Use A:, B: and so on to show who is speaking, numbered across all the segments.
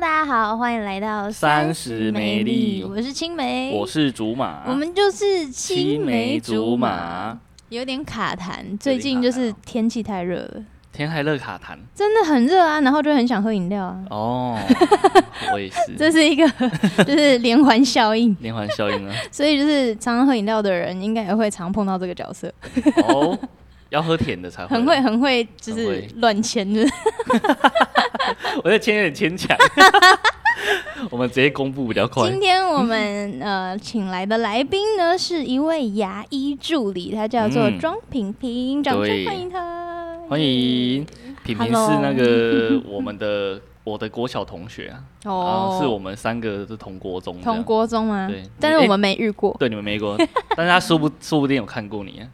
A: 大家好，欢迎来到
B: 三
A: 十
B: 十
A: 美
B: 美丽
A: 我是青梅，
B: 我是竹马，
A: 我们就是
B: 青
A: 青梅
B: 梅
A: 竹
B: 竹
A: 马
B: 马，，
A: 有点卡痰，最近就是天气太热了，
B: 天海乐卡谈
A: 真的很热啊，然后就很想喝饮料啊，
B: 哦， 我也是，
A: 这是一个 就是连环效应，
B: 连环 效应啊，
A: 所以就是常常喝饮料的人应该也会常碰到这个角色，
B: 哦，要喝甜的才会，
A: 很会很会就
B: 很
A: 是
B: 会
A: 乱签，就是
B: 我在牵有点 牵强，我们直接公布比较快
A: 今，天我们呃请来的来宾呢是一位牙医助理，他叫做
B: 嗯
A: 庄平平，掌声
B: 对
A: 欢迎他，
B: 欢迎品品是那个我们的 我的国小同学啊，
A: 哦
B: 啊，是我们三个是同国中，
A: 同，国中吗？
B: 对
A: 但是
B: 你
A: 我们没遇过。
B: 对，你们没过，但是他说不说不定有看过你啊，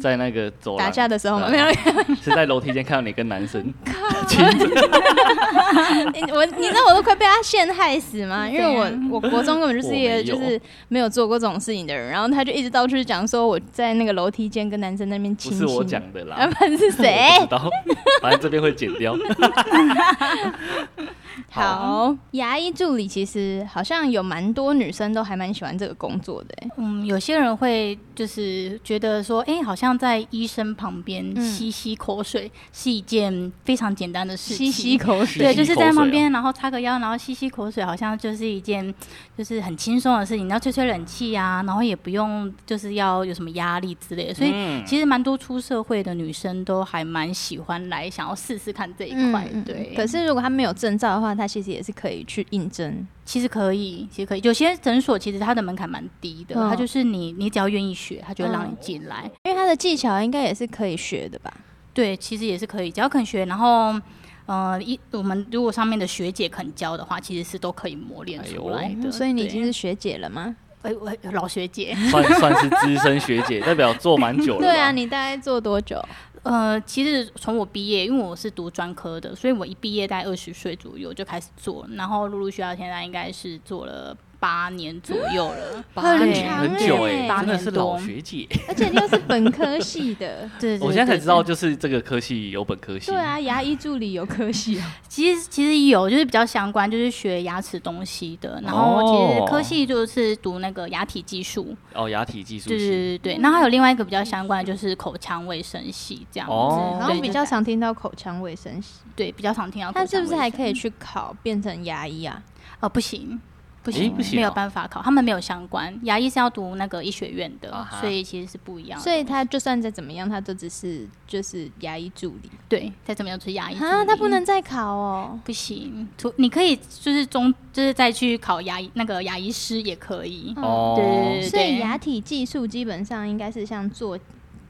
B: 在那个走
A: 打
B: 廊
A: 架的时候吗？
B: 对啊
A: 没有，
B: 是在楼梯间看到你跟男生亲
A: 诶我你知道我都快被他陷害死 吗？因为
C: 怎
A: 我
C: 样
A: 我国中根本就是一个
B: 啊我没有
A: 就是没有做过这种事情的人，然后他就一直到处讲说我在那个楼梯间跟男生那边亲
B: 不
A: 亲，
B: 是我讲的
A: 啊，
B: 啦，
A: 不然是 谁？
B: 我不知道，反正这边会剪掉。
A: 好，牙医助理其实好像有蛮多女生都还蛮喜欢这个工作的、欸，
C: 嗯，有些人会就是觉得说，哎、好像在医生旁边
A: 嗯
C: 吸吸口水是一件非常简单的事情。
A: 吸吸口水。啊
C: 对，就是
B: 吸
C: 在
B: 口水
C: 旁
B: 哦
C: 边，然后擦个腰，然后吸吸口水，好像就是一件就是很轻松的事情。然后吹吹冷气啊，然后也不用就是要有什么压力之类的。所以
B: 嗯
C: 其实蛮多出社会的女生都还蛮喜欢来想要试试看这一块。
B: 嗯
C: 对，
A: 嗯可是如果他没有证照的话，他其实也是可以去应征。
C: 其实可以，其实可以。有些诊所其实它的门槛蛮低的，
A: 嗯
C: 它就是你你只要愿意学，它就会让你进来。
A: 因为他的技巧应该也是可以学的吧？
C: 对，其实也是可以，只要肯学，然后。呃，一我们如果上面的学姐肯教的话，其实是都可以磨练出
B: 哎
C: 来的。
A: 嗯所以你已经
C: 对
A: 是学姐了吗？
C: 哎、我老学姐，
B: 算算是资深学姐，代表做蛮久了吧。
A: 对啊，你大概做多久？
C: 呃，其实从我毕业，因为我是读专科的，所以我一毕业在二十岁左右就开始做，然后陆陆续到现在应该是做了八年左右了。
B: 八
C: 很
B: 年
C: 长
B: 很久
A: 欸
B: 哎，
C: 八
B: 真的
C: 年
B: 是
C: 多，
B: 老学姐。
A: 而且你又是本科系的
C: 对对
B: 我现在才
C: 对
B: 知道，
C: 对
B: 就是这个科系有本科 系。
A: 对啊，牙医助理有科系 啊。
C: 其实其实有就是比较相关，就是学牙齿东西的。然后其实
B: 哦
C: 科系就是读那个牙体技术，
B: 哦，牙体技术
C: 对
B: 系。
C: 对对对。然后还有另外一个比较相关的就是口腔卫生系这样子，
B: 哦
A: 然
C: 对
A: 后
C: 就
A: 比较
C: 是
A: 常听到口腔卫生系，
C: 对比较常听到口腔
A: 他
C: 卫生。
A: 是不是还可以去考变成牙医啊？
C: 呃，不行，不
B: 诶
C: 行，
B: 不行
C: 没有
B: 哦
C: 办法考，他们没有相关。牙医是要读那个医学院的，
B: 啊哈
C: 所以其实是不一样的。
A: 所以他就算再怎么样，他都只是就是牙医助理
C: 对，再怎么样就是牙医助理
A: 啊，他不能再考哦。
C: 不行，除你可以就是中就是再去考牙医那个牙医师也可以。
B: 哦，
C: 对
A: 所以牙体技术基本上应该是像做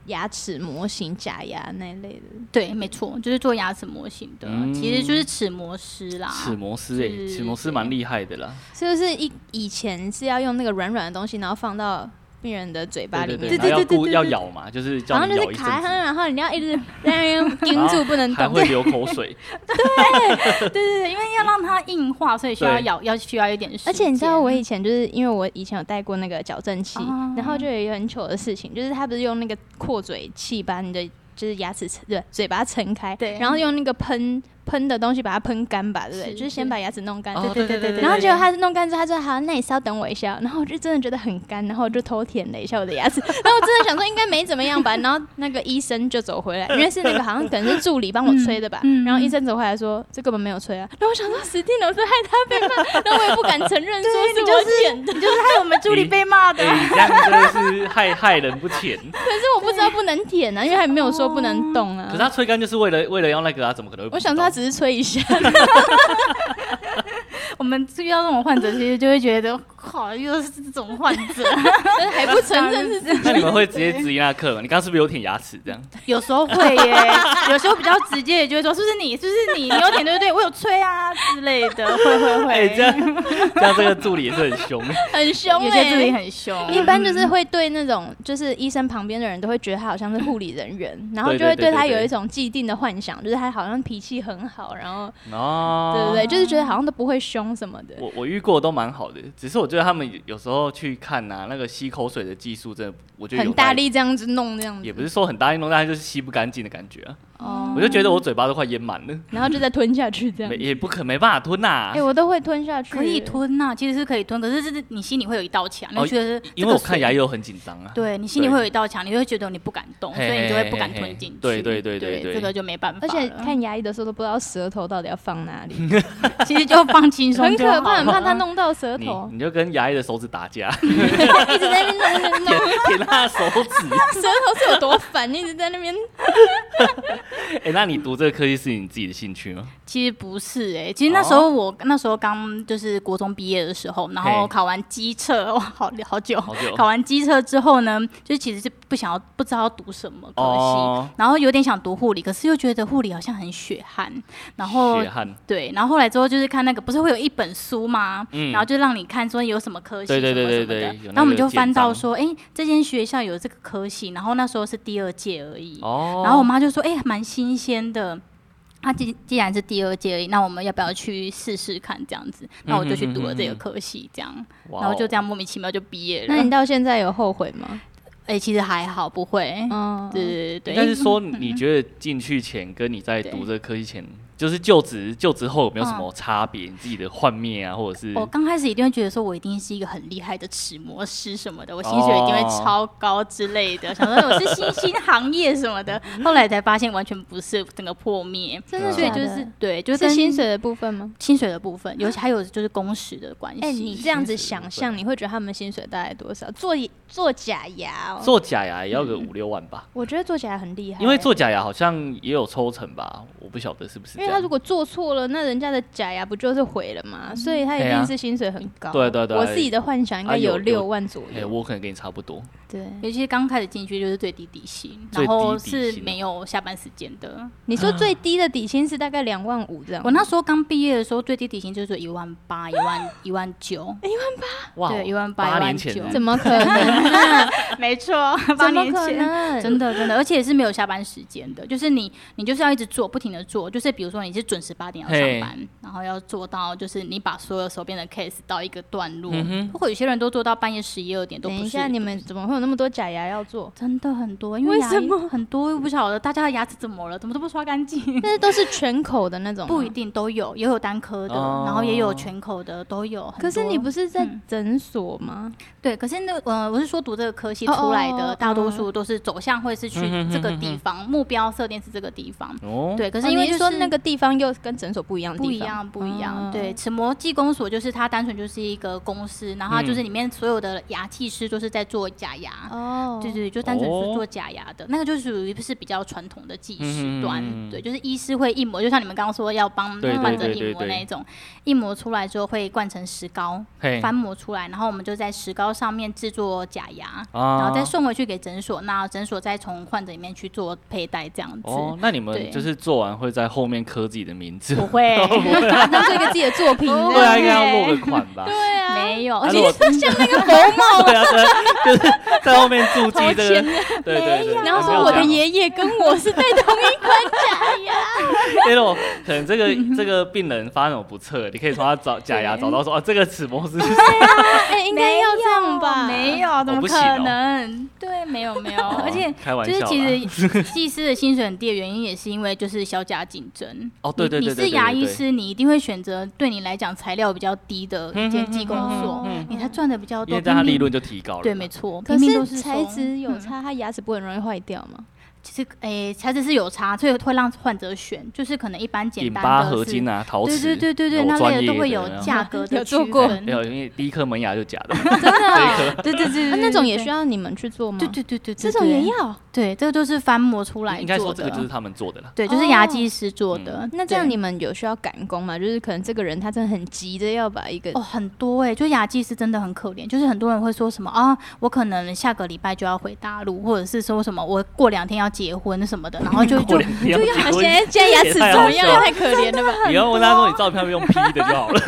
A: 牙齿模型、假牙那类的。
C: 对，没错，就是做牙齿模型的，
B: 嗯
C: 其实就是齿模师啦。
B: 齿模师哎，
C: 是
B: 齿模师蛮厉害的啦。
A: 是不是以以前是要用那个软软的东西，然后放到病人的嘴巴里
B: 对
A: 面，
B: 对，然后要顾要咬嘛，就是
A: 然
B: 叫
A: 后
B: 你
A: 就
B: 咬
A: 是
B: 一阵
A: 卡在它，
B: 子，
A: 然后你要一直 在那边盯住，不能
B: 还
A: 动。
B: 会流口水。
C: 对对对，因为要让它硬化，所以需要
B: 对
C: 咬，要需要一点时 间。
A: 而且你知道，我以前就是因为我以前有带过那个矫正器，
C: 哦
A: 然后就有一个很糗的事情，就是他不是用那个扩嘴器把你的就是牙齿撑对嘴巴撑开，
C: 对
A: 然后用那个喷喷的东西把它喷干吧，对不对？
C: 是
A: 就是先
C: 是
A: 把牙齿弄干，
B: 哦
C: 对对对对
A: 然后结果他弄干之后，他说好，那你稍等我一下。然后我就真的觉得很干，然后我就偷舔了一下我的牙齿。然后我真的想说应该没怎么样吧。然后那个医生就走回来，因为是那个好像可能是助理帮我吹的吧。
C: 嗯嗯
A: 然后医生走回来说这根本没有吹啊。然后我想说死定了，我说害他被骂。然后我也不敢承认说是我舔的，
C: 你就是害我们助理被骂的。
B: 哎，你这样真的是害害人不浅。
A: 可是我不知道不能舔啊，因为还没有说不能动
C: 哦
B: 可是
A: 啊。
B: 他吹干就是为了为了要那个啊，怎么可能会不
A: 我
B: 知道？
A: 想说他只是吹一 下，
C: 我们遇到这种患者，其实就会觉 得，靠，又是这种患 者。
A: 但是还不承认是自己。
B: 那你们会直接质疑那客人吗？你刚刚是不是有舔牙齿这样？
C: 有时候会耶， 有时候比较直接，也就会说是不是你，是不是你，你有舔对不对？我有吹啊之类的，会会
B: 哎、
C: 会，
B: 这样这样这个助理也是很 凶。
A: 很凶
C: 有
A: 哎、
C: 些助理很凶，
A: 一般就是会对那种就是医生旁边的人都会觉得他好像是护理人员， 然后就会对他有一种既定的幻想，就是他好像脾气很好，然后
B: 哦，
A: 对不对？就是觉得好像都不会凶什么的。
B: 我我遇过都蛮好的，只是我觉得他们有有时候去看呐、那个吸口水的技术真的，我觉得有
A: 很大，力这样子弄，这样子
B: 也不是说很大力弄，但是就是吸不干净的感觉啊。
A: 哦
B: 我就觉得我嘴巴都快淹满了，
A: 然后就再吞下去这样
B: 没。也不可没办法吞呐
A: 啊哎、。我都会吞下去，
C: 可以。吞呐、其实是可以吞，可是这是你心里会有一道墙，你
B: 哦
C: 会觉得这
B: 因
C: 个
B: 为我看
C: 水
B: 牙，佑很紧张啊，
C: 对你心里
B: 对
C: 会有一道墙，你会觉得你不敢动，所
B: 嘿
C: 以你就会不敢
B: 嘿嘿嘿
C: 吞进去。
B: 对对对对
C: 对
B: 对
C: 这个就没办法
A: 而
C: 了。
A: 且看牙医的时候都不知道舌头到底要放哪里，
B: 嗯
C: 其实就放轻松
A: 很
C: 就
A: 可
C: 好
A: 怕，很怕
C: 了
A: 他弄到舌
B: 你
A: 头，
B: 你就跟牙医的手指打架，
A: 一直在那边弄弄弄，
B: 舔他的手指。
A: 舌头是有多烦，一直在那边。
B: 哎，那你读这个科技是你自己的兴趣吗？
C: 其实不是哎、其实那时候我、那时候刚就是国中毕业的时候，然后
B: 哦嘿
C: 考完机测，哇，好好久，
B: 好久
C: 考完机测之后呢，就其实是不想要不知道要读什么科系，
B: 哦
C: 然后有点想读护理，可是又觉得护理好像很血汗，然后
B: 血汗，
C: 对，然后后来之后就是看那个，不是会有一本书吗？
B: 嗯
C: 然后就让你看说有什么科系，
B: 对对对
C: 什么什么
B: 对
C: 的
B: 对有那
C: 然后我们
B: 个
C: 就翻
B: 简
C: 到
B: 章
C: 说，哎、这间学校有这个科系，然后那时候是第二届而已。
B: 哦
C: 然后我妈就说，哎、蛮新鲜的。啊，既既然是第二届而已，那我们要不要去试试看？这样子，
B: 嗯
C: 那我就去读了这个科系，这样，
B: 哇哦，
C: 然后就这样莫名其妙就毕业了。
A: 那你
C: 哎、
A: 到现在有后悔吗？
C: 其实还好，不会。
A: 嗯，
C: 对对对对，
B: 应该是
C: 因为
B: 说，你觉得进去前跟你在读这个科技前，就是就职就职后有没有什么差别？你自己的幻灭啊，或者是
C: 我刚开始一定会觉得说，我一定是一个很厉害的齿模师什
B: 哦
C: 么的，我薪水一定会超高之类 的，想说我是新兴行业什么的。
B: 嗯
C: 后来才发现完全不是，整个破灭。
A: 真的
B: 对啊
C: 所以
A: 假
C: 就
A: 的
C: 是对，就是
A: 是
C: 跟
A: 薪水的部分吗？
C: 薪水的部分，尤其还有就是工时的关系。
A: 哎、你这样子想象，你会觉得他们薪水大概多少？做做假牙、哦，
B: 做假牙也要个五六万吧？
A: 我觉得做假牙很厉害，欸
B: 因为做假牙好像也有抽成吧？我不晓得是不是这
A: 因为
B: 样。
A: 他如果做错了，那人家的假牙不就是毁了吗？所以他一
B: 对啊
A: 定是薪水很高。
B: 对对对
A: 我自己的幻想应该
B: 啊
A: 有
B: 有有
A: 六万左
B: 哎、
A: 右。
B: 我可能跟你差不多。
A: 对，
C: 尤其是刚开始进去就是最低底薪，
B: 最低底薪哦
C: 然后是没有下班时间的。
A: 你说最低的底薪是大概两万五这样吗。
C: 我那时候刚毕业的时候，最低底薪就是一万八、一万、一万 九，
B: 哇哦
C: 对18,000
B: 八年前
C: 19,000
B: 是
A: 怎么可能？
C: 没错， 八
A: 怎么
C: 年
A: 可
C: 前。
A: 能？
C: 真的真的，而且也是没有下班时间的，就是你你就是要一直做，不停的做，就是比如说你是准时八点要上班，然后要做到就是你把所有手边的 case 到一个段落，
B: 嗯
C: 或者有些人都做到半夜十一二点都
A: 等
C: 不是。
A: 一下，你们怎么会有那么多假牙要做？
C: 真的很多，因为
A: 为
C: 牙
A: 什
C: 医
A: 么
C: 很多又不晓得大家的牙齿怎么了，怎么都不刷干净。
A: 但是都是全口的那种吗，
C: 不一定都有，也有单科的，
B: 嗯哦
C: 然后也有全口的，都有很多。
A: 可是你不是在
C: 嗯
A: 诊所吗？
C: 对，可是那呃，我是说读这个科系
A: 哦
C: 出来
A: 哦
C: 的，
A: 哦
C: 大多数都是走向会是去
B: 嗯哼
C: 这个
B: 哼哼
C: 地方，目标设定是这个地方。
B: 哦，
C: 对，可
A: 可
C: 是因为、
A: 说那个地方又跟诊所不一样的
C: 不
A: 地
C: 一
A: 方，
C: 样，不一样。
A: 哦
C: 对，齿模技工所就是它单纯就是一个公司，然
B: 嗯
C: 后它就是里面所有的牙技师都是在做假牙。
A: 哦，
C: 对对，对就单纯
B: 哦
C: 是做假牙的，那个就属于是比较传统的技
B: 嗯
C: 师端，
B: 嗯嗯嗯
C: 对，就是医师会印模，就像你们刚刚说要帮
B: 对对
C: 患者
B: 对对
C: 印模
B: 对
C: 那一种，印模出来之后会灌成石膏，
B: 嘿
C: 翻模出来，然后我们就在石膏上面制作假牙，然
B: 啊
C: 后再送回去给诊所，那诊所再从患者里面去做佩戴这样子。
B: 哦，那你们
C: 对
B: 就是做完会在后面刻自己的名字？
C: 不会，
A: 当做一个自己的作品，
C: 不
B: 对啊，
C: 会
B: 应该要落个款吧？
A: 对啊，
C: 没有，
B: 啊
C: 而且
B: 如果 对啊，对啊，就是在后面注记这个，对对对，
A: 然后
B: 没
A: 说
B: 有
A: 我
B: 讲
A: 的
B: 好
A: 爷爷跟我是对同一款假牙，
B: 对喽，哎可能这个
C: 嗯
B: 这个病人发生什么不测，你可以从他找假牙找到说啊，这个齿模是
A: 哎，应该要这样吧？
C: 没有，怎么
B: 不
C: 可
B: 行哦
C: 能？对，没有没有， 而且。
B: 开玩
C: 就
B: 笑啊
C: 是
B: 啦，
C: 其实 技师的薪水很低的原因，也是因为就是削价竞争。
B: 哦对对
C: 你
B: 对
C: 你
B: 对
C: 是牙医
B: 对对
C: 师，你一定会选择对你来讲材料比较低的一些技工所
A: 嗯嗯嗯嗯嗯，
C: 你才赚的比较
B: 因
C: 多。
B: 为这样他
C: 明
B: 利
C: 明
B: 润就提高了嘛，
C: 对，没错，
A: 可
C: 明明都
A: 是材
C: 说
A: 质有差，它牙齿不会很容易坏掉吗？
C: 其实诶，材质是有差，所以会让患者选，就是可能一般简
B: 引
C: 单
B: 八
C: 的
B: 合
C: 是
B: 金啊，陶
C: 对
B: 瓷，
C: 对对对对，
B: 有
C: 那
B: 专
C: 类的
B: 业
C: 都会
B: 的
C: 有
B: 啊
C: 价格的
A: 有做
C: 区
A: 过
C: 分
B: 没有，因为第一颗门牙就假的嘛，
A: 真的啊，
C: 对对对对
A: 啊那种也需要你们去做吗？
C: 对，对对对，对
A: 这种也
C: 对
A: 要。
C: 对，这个都是翻模出 来
B: 应该
C: 做
B: 说这
C: 的
B: 个，就是嗯他们做的啦。
C: 对，就是牙技师做的。
A: 哦那这样
C: 对
A: 你们有需要赶工吗？就是可能这个人他真的很急着要把一个
C: 哦，很多哎、就牙技师真的很可怜，就是很多人会说什么啊，我可能下个礼拜就要回大陆，或者是说什么我过两天要结婚什么的，然后就
B: 过
C: 就
B: 两天要结婚
A: 现在牙齿怎么样？
B: 这也太好笑了
A: 太可怜了吧？
B: 你要问他说你照片要不要用 P 的就好了，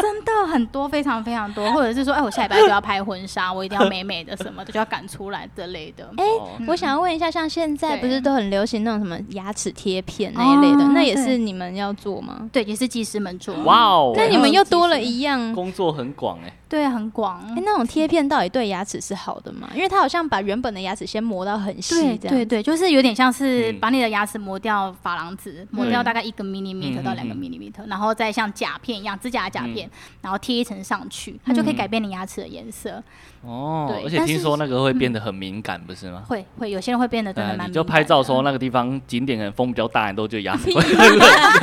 C: 真的的很多，非常非常多，或者是说，哎，我下礼拜就要拍婚纱，我一定要美美的什么的，就要赶出来之类的。
A: 哎、
B: 哦
A: 我想要问一下，像现在不
C: 对
A: 是都很流行那种什么牙齿贴片那一类的，
C: 哦
A: 那也是
C: 对
A: 你们要做吗？
C: 对，也是技师们做。
B: 哇哦，
A: 那你们又多了一样。
B: 工作很广哎、
C: 对，很广。
A: 哎、那种贴片到底对牙齿是好的吗？因为它好像把原本的牙齿先磨到很细，
C: 对
A: 这样
C: 对对，就是有点像是
B: 嗯
C: 把你的牙齿磨掉珐琅质，磨掉大概一个 millimeter 到两个
B: 嗯嗯嗯
C: millimeter，然后再像甲片一样，指甲的甲片，然后贴一层上去，它
A: 嗯
C: 就可以改变你牙齿的颜色。
B: 哦，
C: 对
B: 而且
C: 但是
B: 听说那个会变得很敏感，不是吗？
C: 会会，有些人会变得真的
B: 呃
C: 蛮
B: 你
C: 敏
B: 就
C: 感
B: 拍照
C: 的
B: 的时候，，那个地方景点可能风比较大，你都觉得牙齿会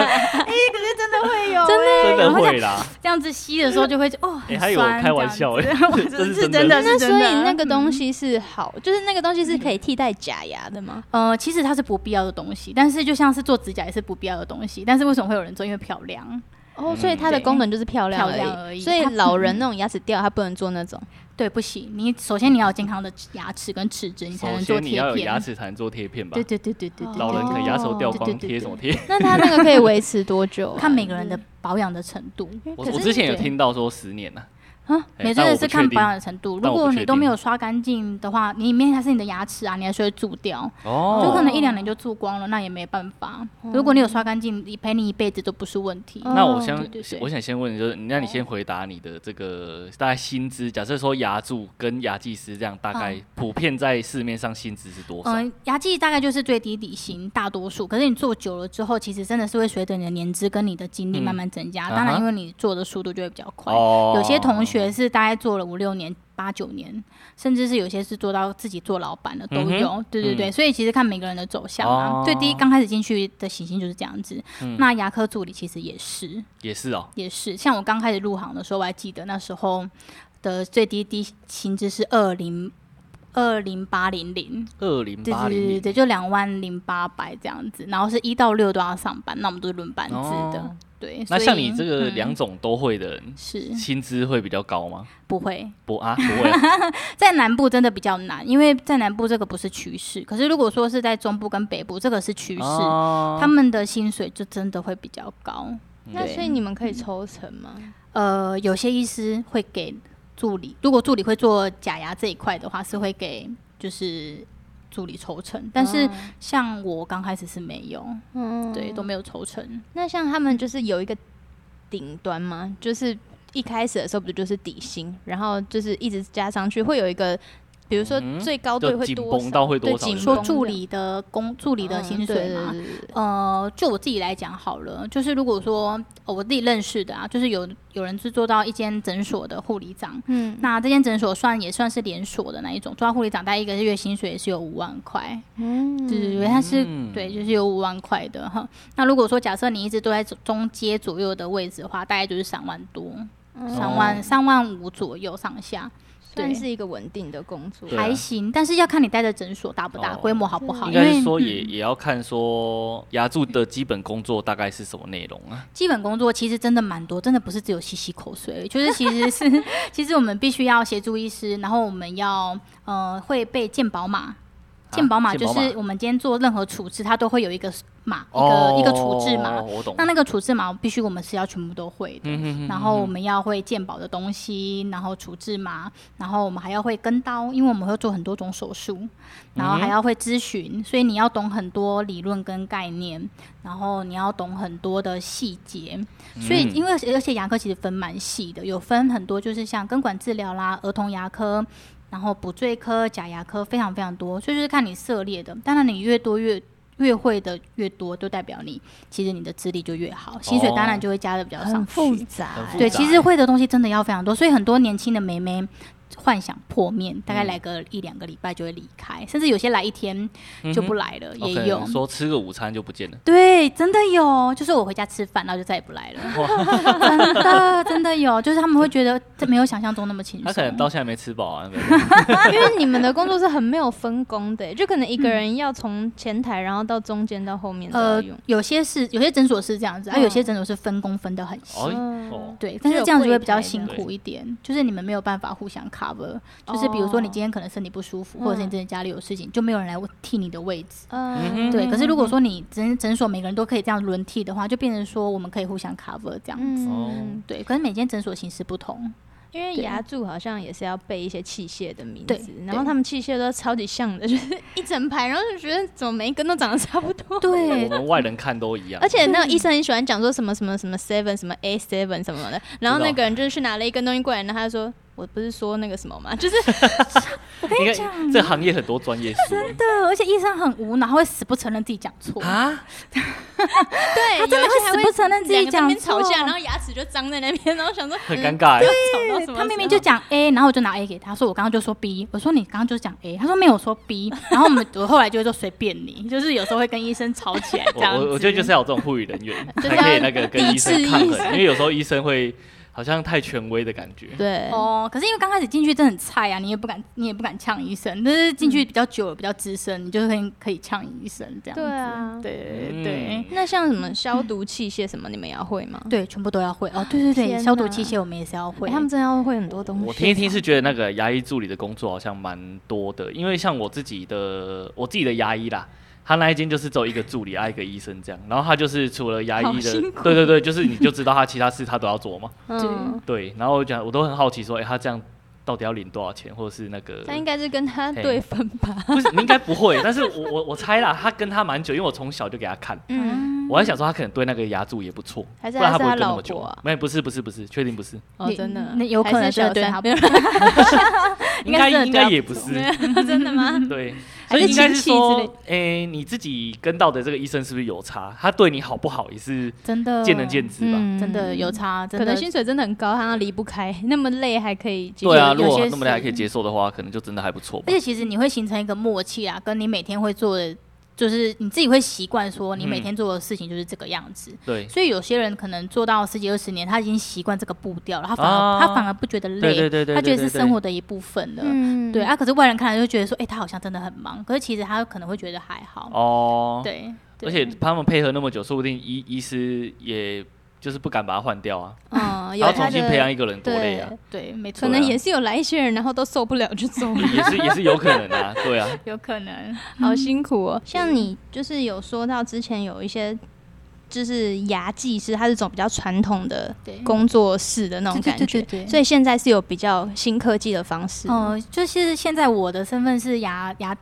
C: 真的会有，
A: 真
B: 真的
C: 然后
B: 会啦。
C: 这样子吸的时候就会哦，
B: 哎
C: 很
B: 还有
C: 酸
B: 开玩
C: 这样
B: 笑
C: 子
B: 哎
C: 我
B: 这是
C: 是
B: 真
C: 真
B: 的
C: 的。
A: 那
C: 是
A: 所
C: 真
A: 以
C: 的
A: 那个东
C: 嗯
A: 西是好，就是那个东西是可以替代假牙的吗？
C: 呃，其实它是不必要的东西，但是就像是做指甲也是不必要的东西，但是为什么会有人做？因为漂亮。
A: 哦，所以它的
C: 对
A: 功能就是漂亮
C: 漂亮
A: 而
C: 而
A: 已。
C: 已
A: 所以
C: 它
A: 老人那种牙齿掉，他不能做那种。
C: 对，不行，你首先你要有健康的牙齿跟齿质，你才
B: 首
C: 能做
B: 先你
C: 贴
B: 要有
C: 片。
B: 牙齿才能做贴片吧
C: 对？对对对对对，
B: 老人可能牙齿都掉光，
C: 对对对
B: 贴什么贴？
A: 那它那个可以维持多久、 啊？
C: 看每个人的保养的程度。
B: 我
A: 可是
B: 我之前有
A: 对
B: 听到说十年呐，
C: 啊，
B: 哎
C: 每
B: 但
C: 真
B: 我
C: 的
B: 不
C: 是
B: 确
C: 看
B: 定
C: 保养的程度。
B: 但我
C: 如
B: 不
C: 果
B: 确
C: 你都没
B: 定
C: 有刷干净的话，你里面还是你的牙齿啊，你还是会蛀掉，
B: 哦
C: 就可能一两年就蛀光了，那也没办法。如果你有刷干净，你陪你一辈子都不是问题。
A: 哦
B: 那我
C: 对
B: 想
C: 对，对哦
B: 我想先问，就是那你先回答你的这个大概薪资，假设说牙柱跟牙技师这样，大概普遍在市面上薪资是多少？
C: 嗯，牙技大概就是最低底薪，大多数。可是你做久了之后，其实真的是会随着你的年资跟你的经历
B: 嗯
C: 慢慢增加。
B: 啊哈
C: 当然，因为你做的速度就会比较快。
B: 哦
C: 有些同学是大概做了五六年、八九年，甚至是有些是做到自己做老板的都有。对对对，所以其实看每个人的走向
B: 嗯哦嗯
C: 啊。最低刚开始进去的起薪就是这样子。那牙科助理其实也是，
B: 也是哦，
C: 也是。像我刚开始入行的时候，我还记得那时候的最低低薪资是二零二零八零零。
B: 二零
C: 对
B: 八
C: 对对
B: 零
C: 对，就两万零八百这样子，然后是一到六都要上班，那我们都是轮班制的，
B: 哦
C: 对。
B: 那
C: 所以
B: 像你这个两
C: 嗯、
B: 种都会的人，
C: 是
B: 薪资会比较高吗？
C: 不会
B: 不啊，不会啊
C: 在南部真的比较难，因为在南部这个不是趋势，可是如果说是在中部跟北部，这个是趋势，
B: 哦
C: 他们的薪水就真的会比较高。
A: 那
C: 对
A: 所以你们可以抽成吗？
C: 呃，有些医师会给助理，如果助理会做假牙这一块的话，是会给就是助理抽成，但
A: 哦
C: 是像我刚开始是没有，
A: 嗯，
C: 对，都没有抽成。
A: 那像他们就是有一个顶端吗？就是一开始的时候不就是底薪，然后就是一直加上去，会有一个，比如说
B: 嗯
A: 最高
B: 就
A: 队会
B: 紧
A: 多
B: 绷
A: 少？
B: 到会多
A: 对
B: 少
A: 紧
B: 就
C: 说
A: 绷
C: 助
A: 这样
C: 理的工助理的
A: 啊嗯
C: 薪
A: 对
C: 水
A: 对
C: 嘛。
A: 对对对
C: 呃，就我自己来讲好了，就是如果说、呃我自己认识的啊，就是有有人是做到一间诊所的护理长，
A: 嗯，
C: 那这间诊所算也算是连锁的那一种，做到护理长，大概一个月薪水也是有五万块，
A: 嗯
C: 对对对，它是、
B: 嗯
C: 对，就是有五万块的哈。那如果说假设你一直都在中中阶左右的位置的话，大概就是三万多，三
B: 哦
C: 万三、万五左右上下，
A: 算
C: 对
A: 是一个稳定的工作
B: 对。啊
C: 还行，但是要看你待的诊所大不大，
B: 哦
C: 规模好不好，
B: 应
C: 因
B: 该
C: 为嗯
B: 是说也也要看说牙柱的基本工作大概是什么内容啊？
C: 基本工作其实真的蛮多，真的不是只有吸吸口水而已，就是 其实是其实我们必须要协助医师，然后我们要呃会被健保码。健保码
B: 啊健保
C: 就
B: 码
C: 是我们今天做任何处置，它都会有一个码，一个、
B: 哦
C: 一个处置码。
B: 我懂
C: 那。那个处置码必须我们是要全部都会的，
B: 嗯哼哼
C: 然后我们要会鉴宝的东西，然后处置嘛，然后我们还要会跟刀，因为我们会做很多种手术，
B: 嗯
C: 然后还要会咨询，所以你要懂很多理论跟概念，然后你要懂很多的细节。所以
B: 嗯
C: 因为而且牙科其实分蛮细的，有分很多，就是像根管治疗啦、儿童牙科。然后补缀科、假牙科非常非常多，所以就是看你涉猎的。当然，你越多越越会的越多，就代表你其实你的资历就越好，薪水当然就会加的比较上
A: 很
C: 去。
A: 复杂
B: 很
A: 欸，
B: 复
C: 对，
B: 哦杂
C: 其
B: 欸
C: 实会的东西真的要非常多，所以很多年轻的妹妹幻想破灭，
B: 嗯
C: 大概来个一两个礼拜就会离开，甚至有些来一天就不来了，也有。
B: 说吃个午餐就不见了。
C: 对，真的有，就是我回家吃饭，然后就再也不来了。真的，真的有，就是他们会觉得这没有想象中那么轻松。
B: 他可能到现在没吃饱啊， 那个
A: 因为你们的工作是很没有分工的欸，就可能一个人要从前台，然后到中间到后面都要
C: 嗯呃
A: 用。，
C: 有些是有些诊所是这样子，啊，
A: 嗯
C: 有些诊所是分工分得很细。
B: 哦哦，
C: 对，但是
A: 有
C: 这样子
A: 柜
C: 会比较
A: 台
C: 辛
A: 的
C: 苦一点，就是你们没有办法互相 cover，就是比如说你
A: 哦
C: 今天可能身体不舒服，或者是你真的家里有事情，就没有人来替你的位置。
A: 嗯，
C: 呃对，可是如果说你诊诊所每个人都可以这样轮替的话，就变成说我们可以互相 cover 这样子。
A: 嗯，
B: 哦
C: 对，可是每间诊所形式不同。
A: 因为
C: 对
A: 牙柱好像也是要背一些器械的名
C: 对
A: 字，
C: 对
A: 然后他们器械都超级像的， 就是一整排，然后就觉得怎么每一根都长得差不多。
C: 对
B: 我，们外人看都一样
A: 而。且那个医生很喜欢讲说什么什么什么 seven 什么 A seven 什么的，然后那个人就是去拿了一根东西过来，然后他就说：“我不是说那个什么嘛， 就是
B: 你看，这行业很多专业术语
C: 对，而且医生很无脑，会死不承认自己讲错。
B: 啊，
A: 对，
C: 他真的
A: 有一些还
C: 会死不承认自己
A: 两个在那边
C: 讲
A: 吵
C: 错
A: 架，然后牙齿就张在那边，然后想说
B: 很尴
C: 嗯
B: 尬欸。
A: 吵到什么时候？
C: 他明明就讲 A，然后我就拿 A 给他，说我刚刚就说 B，我说你刚刚就讲 A，他说没有，我说 B，然后我们我后来就会说随便你，就是有时候会跟医生吵起来这
B: 我
C: 样
B: 我
C: 子。
B: 我觉得就是要有这种护理人 员，
A: 就是
B: 才可以那个跟医生抗衡
A: 要抵制医，生
B: 因为有时候医生会好像太权威的感觉。
A: 对，
C: 哦，可是因为刚开始进去真的很菜啊，你也不敢，你也不敢呛医生，但是进去比较久了，比较资深，你就会可以呛医生这样 子。
A: 对啊
C: 对对
B: 嗯
C: 对
A: 那像什么消毒器械什么，你们也要会吗？
C: 对全部都要会哦。对对对，
A: 天
C: 消毒
A: 哪
C: 器械我们也是要会。
A: 欸他们真的要会很多
C: 啊
A: 东西。
B: 我听一听是觉得那个牙医助理的工作好像蛮多的，因为像我自己的我自己的牙医啦，他那一间就是只有一个助理啊一个医生这样，然后他就是除了牙医
C: 好
B: 的
C: 辛，苦
B: 对对对，就是你就知道他其他事他都要做嘛，
A: 嗯，
B: 对，然后我讲我都很好奇说，哎、他这样到底要领多少钱，或者是那个
A: 他应该是跟他
B: 嘿
A: 对分吧？
B: 不是你应该不会，但是我我我猜啦，他跟他蛮久，因为我从小就给他看。
A: 嗯，
B: 我还想说，他可能对那个牙柱也不错，
A: 还是
B: 不然
A: 他
B: 不
A: 是
B: 会
A: 他
B: 跟那
A: 老
B: 么久。
A: 婆啊
B: 没，不是，不是，不是，确定不是，
A: 哦，
C: 你
A: 真的，
C: 那有可能
A: 还是小
C: 真的对
A: 三
C: 他
B: 应该
C: 应该是
B: 应该
C: 对
B: 也不是，
A: 真的吗？
B: 对，
C: 还
B: 所
C: 是
B: 以应该是
C: 亲戚之
B: 说
C: 类，
B: 诶、你自己跟到的这个医生是不是有差？他对你好不好也是
C: 真的
B: 见仁见智吧。
C: 真的有差，真
A: 嗯可
C: 的
A: 能薪水真的很高，他离不开，那么累还可以继续。
B: 对啊，
C: 有
B: 如果
C: 些
B: 那么
C: 是哎
B: 还可以接受的话，可能就真的还不错吧
C: 而。且其实你会形成一个默契啊，跟你每天会做的，就是你自己会习惯说你
B: 嗯
C: 每天做的事情就是这个样子。
B: 对，
C: 所以有些人可能做到十几二十年，他已经习惯这个步调了，他反而、
B: 啊
C: 他反而不觉得累，
B: 对对对对
C: 他觉得
B: 对对
C: 是
B: 对
C: 生活的一部分了。
A: 嗯
C: 对，啊，可是外人看来就觉得说，哎、他好像真的很忙，可是其实他可能会觉得还好。
B: 哦，
C: 对，对
B: 而且他们配合那么久，说不定医医师也就是不敢把他换掉啊，
A: 嗯，
B: 还
A: 有
B: 要
A: 他
B: 重新
A: 的
B: 培养一个人多累啊
A: 对，，
C: 对，没
A: 可
C: 错，
A: 能也是有来一些人，然后都受不了就走了，
B: 也是也是有可能啊，对 啊，
C: 有可能。
A: 好辛苦哦。像你就是有说到之前有一些。就是牙技师，他是种比较传统的
C: 对
A: 工作室的那种
C: 对
A: 感
C: 对
A: 觉，
C: 对对对
A: 所以现在是有比较新科技的方式。
C: 哦、就是现在我的身份是牙牙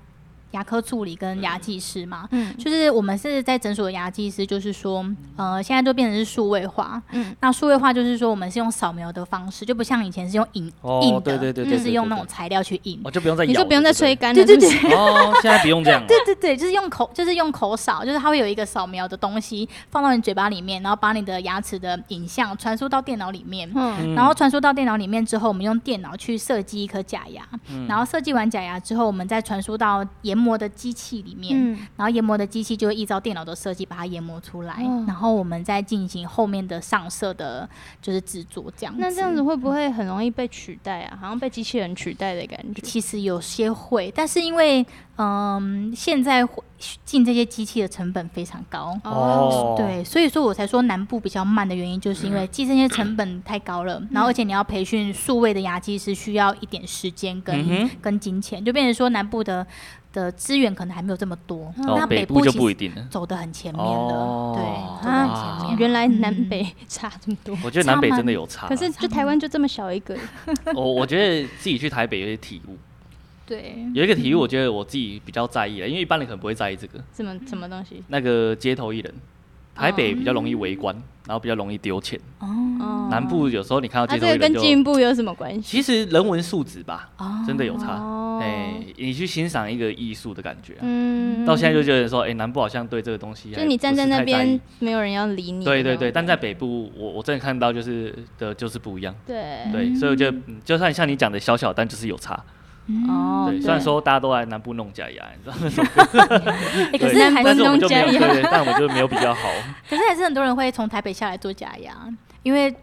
C: 牙科助理跟牙技师嘛，
A: 嗯
C: 就是我们是在诊所的牙技师，就是说，呃，现在都变成是数位化。
A: 嗯
C: 嗯，那数位化就是说，我们是用扫描的方式，就不像以前是用印、
B: 哦
C: 印的，
B: 对对对
A: 对
C: 就是用那种材料去印
B: 我。哦就不用再
A: 你
B: 咬
A: 就
B: 了，
A: 不用再
B: 对
A: 吹
B: 不
A: 干了，
C: 对对
A: 是不是
B: 对哦，现在不用这样了，
C: 对对对，就是用口，就是用口扫，就是它会有一个扫描的东西放到你嘴巴里面，然后把你的牙齿的影像传输到电脑里面。
A: 嗯，
B: 嗯
C: 然后传输到电脑里面之后，我们用电脑去设计一颗假牙，
B: 嗯
C: 然后设计完假牙之后，我们再传输到研磨的机器里面，
A: 嗯
C: 然后研磨的机器就会依照电脑的设计把它研磨出来，
A: 哦
C: 然后我们再进行后面的上色的，就是制作这样子。
A: 那这样子会
C: 嗯
A: 不会很容易被取代啊？好像被机器人取代的感觉。
C: 其实有些会，但是因为嗯，现在会进这些机器的成本非常高。
B: 哦，嗯
C: 对，所以说我才说南部比较慢的原因，就是因为寄这些成本太高了，
A: 嗯
C: 然后而且你要培训数位的牙技师需要一点时间跟、
B: 嗯哼
C: 跟金钱，就变成说南部的的资源可能还没有这么多，那
B: 哦，北部就
C: 其实
B: 不一定了。
C: 走得很前面了，
B: 哦
C: 对，走得很前面了。
A: 哦原来南北差这么多，
B: 我觉得南北
C: 嗯差蛮
B: 真的有差啦，
A: 可是就台湾就这么小一个，
B: 我我觉得自己去台北有些体悟，啊
C: 对，
B: 有一个体悟，我觉得我自己比较在意了，因为一般人可能不会在意这个。
A: 什么什么东西？
B: 那个街头艺人，台北比较容易围观，然后比较容易丢钱。
A: 哦
B: 南部有时候你看到
A: 啊，
B: 街
A: 这
B: 头艺
A: 个跟
B: 人就，
A: 进步有什么关系？
B: 其实人文素质吧，真的有差。
A: 哦
B: 哎，你去欣赏一个艺术的感觉啊，
A: 嗯
B: 到现在就觉得说，哎，南部好像对这个东西，
A: 就你站在那边，，没有人要理你。
B: 对对对，，但在北部，我我真的看到就是的，就是不一样。
A: 对，
B: 对，所以我觉得，嗯就算像你讲的小小，但就是有差。
C: 嗯
A: 哦，
B: 对，虽然说大家都来南部弄假牙，你知道吗？
C: 哎可
B: 对
C: 是还
B: 但是我
A: 弄
B: 们就没有，
A: 假牙
B: 对，但我们就没有比较好。
C: 可是还是很多人会从台北下来做假牙，因为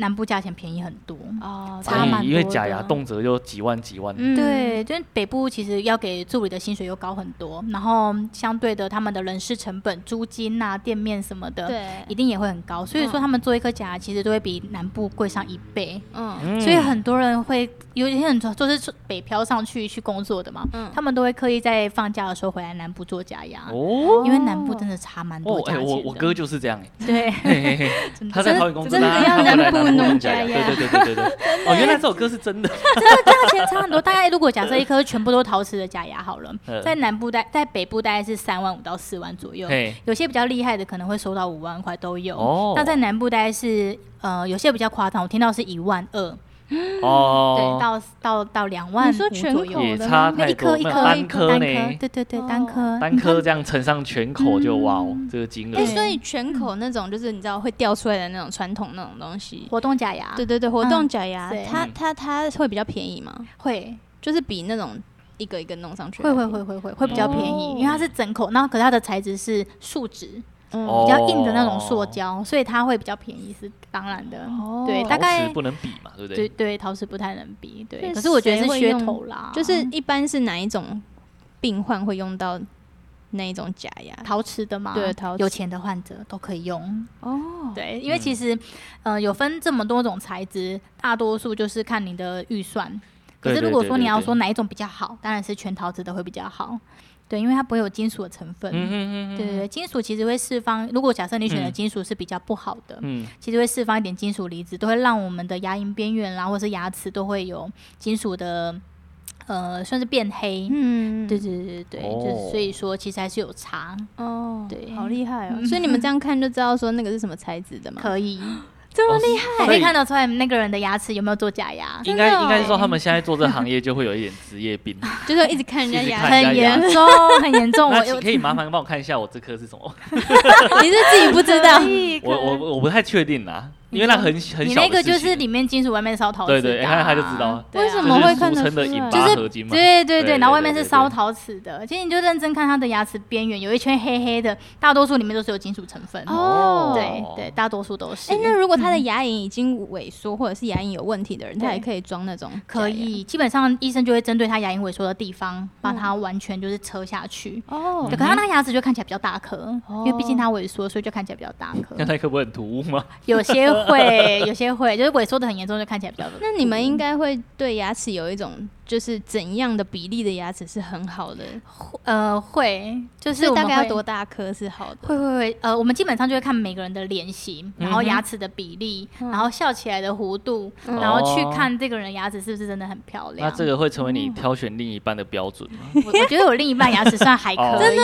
C: 南部价钱便宜很多。
A: 哦，
C: 差蛮多的
B: 嗯因为假牙动辄就几万几万，
A: 嗯，
C: 对，就是北部其实要给助理的薪水又高很多，然后相对的他们的人事成本、租金啊、店面什么的，
A: 对
C: 一，定也会很高。所以说他们做一颗假牙其实都会比南部贵上一倍。
A: 嗯，
B: 嗯
C: 所以很多人会有些人就是北漂上去去工作的嘛，
A: 嗯
C: 他们都会刻意在放假的时候回来南部做假牙，
B: 哦
C: 因为南部真的差蛮
B: 哦
C: 多，价
B: 哎，
C: 钱的。
B: 我我哥就是这样哎，
C: 对，
B: 嘿嘿嘿他在桃园工作，
A: 真的
B: 他
A: 要
B: 他回来
A: 南部
B: 呼
A: 弄
B: 弄
A: 假
B: 假
A: 牙
B: 牙，对对对对对对。 哦，原来这首歌是真的。
C: 真的价钱差很多。大概如果假设一颗全部都陶瓷的假牙好了
B: 嗯，
C: 在南部大在北部大概是三万五到四万左右
B: 嘿，
C: 有些比较厉害的可能会收到五万块都有。
B: 哦
C: 那在南部大概是呃有些比较夸张，我听到是一万二，对，
B: 哦，
C: 到到到两万
A: 你说
C: 五
A: 全
C: 左右
A: 口。
B: 也
A: 的
B: 差
A: 吗
C: 那
B: 太
C: 一颗
B: 多，
C: 一
B: 那
C: 颗
B: 单颗
C: 单
B: 呢
C: 颗，？对对对，
A: 哦
C: 单颗
B: 单颗这样乘上全口
C: 嗯
B: 就哇哦，这个金额
A: 哎、
C: 对
A: 所以全口那种就是你知道会掉出来的那种传统那种东西，
C: 活动假牙，
A: 对对对，活动假牙，
C: 对
A: 它
B: 嗯
A: 它它会比较便宜吗？
C: 会
A: 就是比那种一个一个弄上去的
C: 会
A: 那
C: 会
A: 种，
C: 会会会会比较便宜，
A: 哦
C: 因为它是整口，然后可是它的材质是树脂，
A: 嗯
B: 哦
C: 比较硬的那种塑胶，所以它会比较便宜是当然的。
A: 哦
C: 对，
B: 陶
C: 大概
B: 瓷不能比嘛，对不
C: 对
B: 对？
C: 对陶瓷不太能比，对。
A: 那
C: 可是我觉得
A: 谁
C: 是
A: 会
C: 噱
A: 用
C: 头啦，
A: 就是一般是哪一种病患会用到那一种假牙？
C: 陶瓷的嘛，
A: 对陶瓷
C: 有钱的患者都可以用。
A: 哦，
C: 对，因为
B: 嗯
C: 其实，呃，有分这么多种材质，大多数就是看你的预算。可是
B: 对对
C: 如果
B: 对
C: 说
B: 对
C: 你要
B: 对
C: 说哪一种比较好，当然是全陶瓷的会比较好，对，因为它不会有金属的成分。
B: 嗯嗯嗯
C: 对对对，金属其实会释放。如果假设你选的
B: 嗯
C: 金属是比较不好的，
B: 嗯，
C: 其实会释放一点金属离子，都会让我们的牙龈边缘啦，啊或是牙齿都会有金属的，呃，算是变黑。
A: 嗯，
C: 对对对对对，
B: 哦
C: 就是所以说其实还是有差，
A: 哦，
C: 对
A: 好厉害哦！
C: 嗯
A: 所以你们这样看就知道说那个是什么材质的嘛？
C: 可以，
A: 这么厉
B: 厉
C: 我可以看得出来那个人的牙齿有没有做假牙，
B: 应
A: 真的
B: 该
A: 哦
B: 应该是说他
C: 哎
B: 们现在做这行业就会有一点职业病。
A: 害，就是一直看人家
B: 一直
A: 牙
B: 看
A: 齿
B: 人
C: 很
B: 家牙
C: 严 重，很严重。
B: 那
C: 我
B: 请
C: 有
B: 可以麻烦帮我看一下我这颗是什么？
A: 你是自己不知道
C: 可以
B: 我我
C: 可
B: 我我不太确定啦，
C: 你
B: 因为那
C: 说
B: 很很
C: 你
B: 小的
C: 那个就
B: 事情
C: 是里面金属，外面烧陶瓷的啊，
B: 对对哎看他就知道
C: 对啊
A: 为什
B: 这
A: 么
B: 是
A: 会看
B: 俗
A: 得
B: 称的
A: 出
B: 引
A: 来
B: 发合金嘛？
C: 对对对，
B: 对
C: 然
B: 对
C: 后外面
B: 对
C: 是
B: 对
C: 烧
B: 对
C: 陶瓷的，其实你就认真看它的牙齿边缘有一圈黑黑的，大多数里面都是有金属成分。
A: 哦
C: 对对，大多数都是。
A: 哎、那如果他的牙龈已经萎缩，或者是牙龈有问题的人，他
C: 对
A: 也可以装那种
C: 可
A: 假牙
C: 以，基本上医生就会针对他牙龈萎缩的地方，
A: 嗯
C: 把它完全就是扯下去。
A: 哦
C: 对，。可是他那牙齿就看起来比较大颗，因为毕竟
A: 哦
C: 它萎缩，所以就看起来比较大颗
B: 那。那颗不会很突兀 吗？
C: 有些会，有些会，就是萎缩的很严重，就看 起来比较。
A: 那你们应该会对牙齿有一种，就是怎样的比例的牙齿是很好的，
C: 呃会，就
A: 所
C: 是
A: 以
C: 我
A: 大
C: 们
A: 概要
C: 会
A: 多大颗是好的？
C: 会会会，呃，我们基本上就会看每个人的脸型，然
B: 嗯
C: 后牙齿的比例，
A: 嗯
C: 然后笑起来的弧度，
A: 嗯
C: 然后去
B: 哦
C: 看这个人牙齿是不是真的很漂亮。
B: 那这个会成为你挑选另一半的标准吗？
C: 我我觉得我另一半牙齿算还可
B: 哦
C: 以，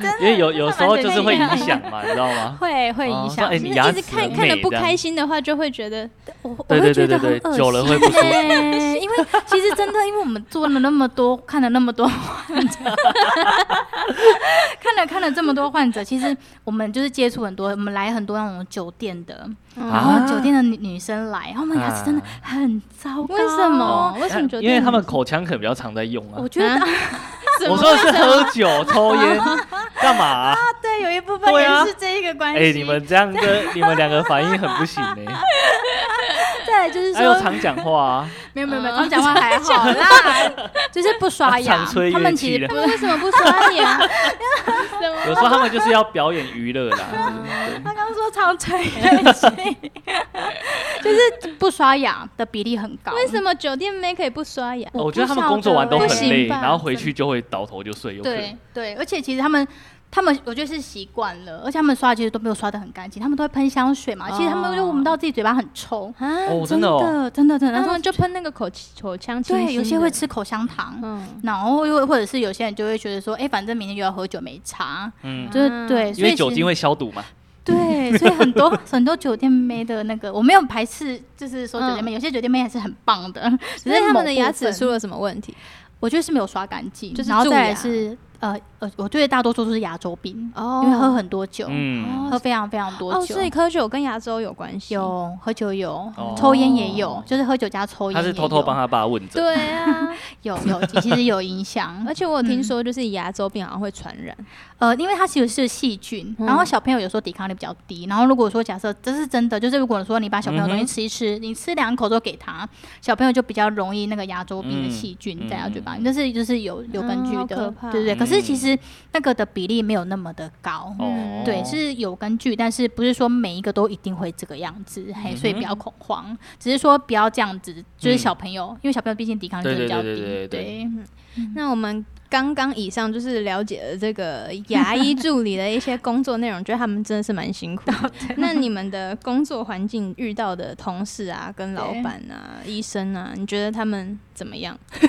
B: 真因为有有时候
C: 蛮
B: 就是
C: 神
B: 会
C: 奇的
B: 影响嘛，你知道吗？
C: 会会影
B: 哦
C: 响。
B: 哎
A: 就
B: 你
A: 是
B: 牙
A: 一直
B: 齿
A: 看
B: 很
A: 看的
B: 美
A: 不
B: 这样
A: 开心的话，就会觉得
C: 我我
B: 对
C: 会
B: 对
C: 觉
B: 对
C: 得
B: 对
C: 很
B: 对，
C: 恶
B: 久了
C: 心
B: 会不舒服。
C: 欸因为其实真的，因为我们做了那么多，看了那么多患者， 看了看了这么多患者，其实我们就是接触很多，我们来很多那种酒店的，
A: 嗯
C: 然
B: 啊
C: 后酒店的女女生来，然后我们牙齿真的很糟糕。
A: 为什么？为什么觉
B: 哦
A: 得？
B: 那因为他们口腔可能比较常在用啊
C: 我。觉得、
A: 啊什么
B: 我说的是喝酒、抽 烟，干嘛啊？
C: 对，有一部分
B: 对
C: 也
B: 啊
C: 是这一个关系。
B: 哎，你们这样的，你们两个反应很不行 呢。
C: 对，就是
B: 哎还有
C: 说
B: 常讲话啊，
C: 没有没有没有，
A: 嗯
C: 他们讲话还好啦，就是不刷牙
B: 常，吹
C: 他
B: 乐
C: 们其
B: 器
C: 实
B: 的
A: 他。们为什么不刷牙？什么？
B: 有时候他们就是要表演娱乐 啦。对
C: 他刚说常吹乐器，就是不刷牙的比例很高。
A: 为什么酒店妹可以不刷牙？
C: 我
B: 哦我觉得他
C: 不
B: 们
C: 晓
B: 工作
C: 得
B: 完都
A: 不
B: 很
A: 行
B: 累，
A: 吧
B: 然后回去就会倒头就睡，有可能
C: 对。对，而且其实他们。他们我觉得是习惯了，而且他们刷其实都没有刷的很干净，他们都会喷香水嘛，其实他们就
A: 哦
C: 闻不到自己嘴巴很臭，
A: 啊？
B: 哦，真
C: 真
B: 的哦，
C: 真的真的，
A: 然
C: 然
A: 后他
C: 后
A: 们就喷那个口口腔清新
C: 对
A: 的
C: 有些会，吃口香 糖，
A: 嗯，
C: 然后又或者是有些人就会觉得说，哎，反正明天又要喝酒没差，
B: 嗯，
C: 就是
A: 啊
C: 对，
B: 因
C: 所以
B: 为酒
C: 其实
B: 精会消毒嘛。
C: 对，所以很多很多酒店妹的那个，我没有排斥，就是说酒店妹，有些酒店妹还是很棒的，只
A: 嗯所以
C: 是
A: 他
C: 某
A: 们的牙
C: 部
A: 齿
C: 分
A: 出了什么问题？
C: 我觉得是没有刷干净，
A: 就是
C: 然后
A: 蛀
C: 再来
A: 牙
C: 是呃呃，我觉得大多数都是牙周病，
A: 哦
C: 因为喝很多酒，
B: 嗯，
C: 喝非常非常多
A: 哦，
C: 酒，
A: 所以喝酒跟牙周有关系。，
C: 有喝酒有，
B: 哦
C: 抽烟也有，就是喝酒加抽
B: 他
C: 烟也
B: 是
C: 有，
B: 偷偷帮他爸问诊。
A: 对 啊，
C: 有有其实有 影响
A: 而，且我有听说就是牙周病好像会传染，
C: 呃，因为它其实是细菌，然后
A: 嗯
C: 小朋友有时候抵抗力比较低，然后如果说假设这是真的，就是如果说你把小朋友的东西
B: 嗯哼
C: 吃一吃，你吃两口都给他，小朋友就比较容易那个牙周病的
B: 嗯
C: 细菌
B: 嗯
C: 在他嘴巴里，这是就是有有根据
A: 嗯好可
C: 的
A: 怕，
C: 对对对。可是其
B: 嗯
C: 实那个的比例没有那么的高，
B: 哦，
C: 嗯对，是有根据，但是不是说每一个都一定会这个样子，嘿，所以不
B: 嗯哼
C: 要恐慌，只是说不要这样子，就是
B: 嗯
C: 小朋友，因为小朋友毕竟抵抗力
B: 对
C: 真
B: 对
C: 的比较低，
A: 嗯
B: 对对对对
C: 对
A: 那我们刚刚以上就是了解了这个牙 医助理的一些工作内容，觉得他们真的是蛮辛苦的。 那你们的工作环境遇到的同事啊、跟老板啊、医生啊，你觉得他们怎么样？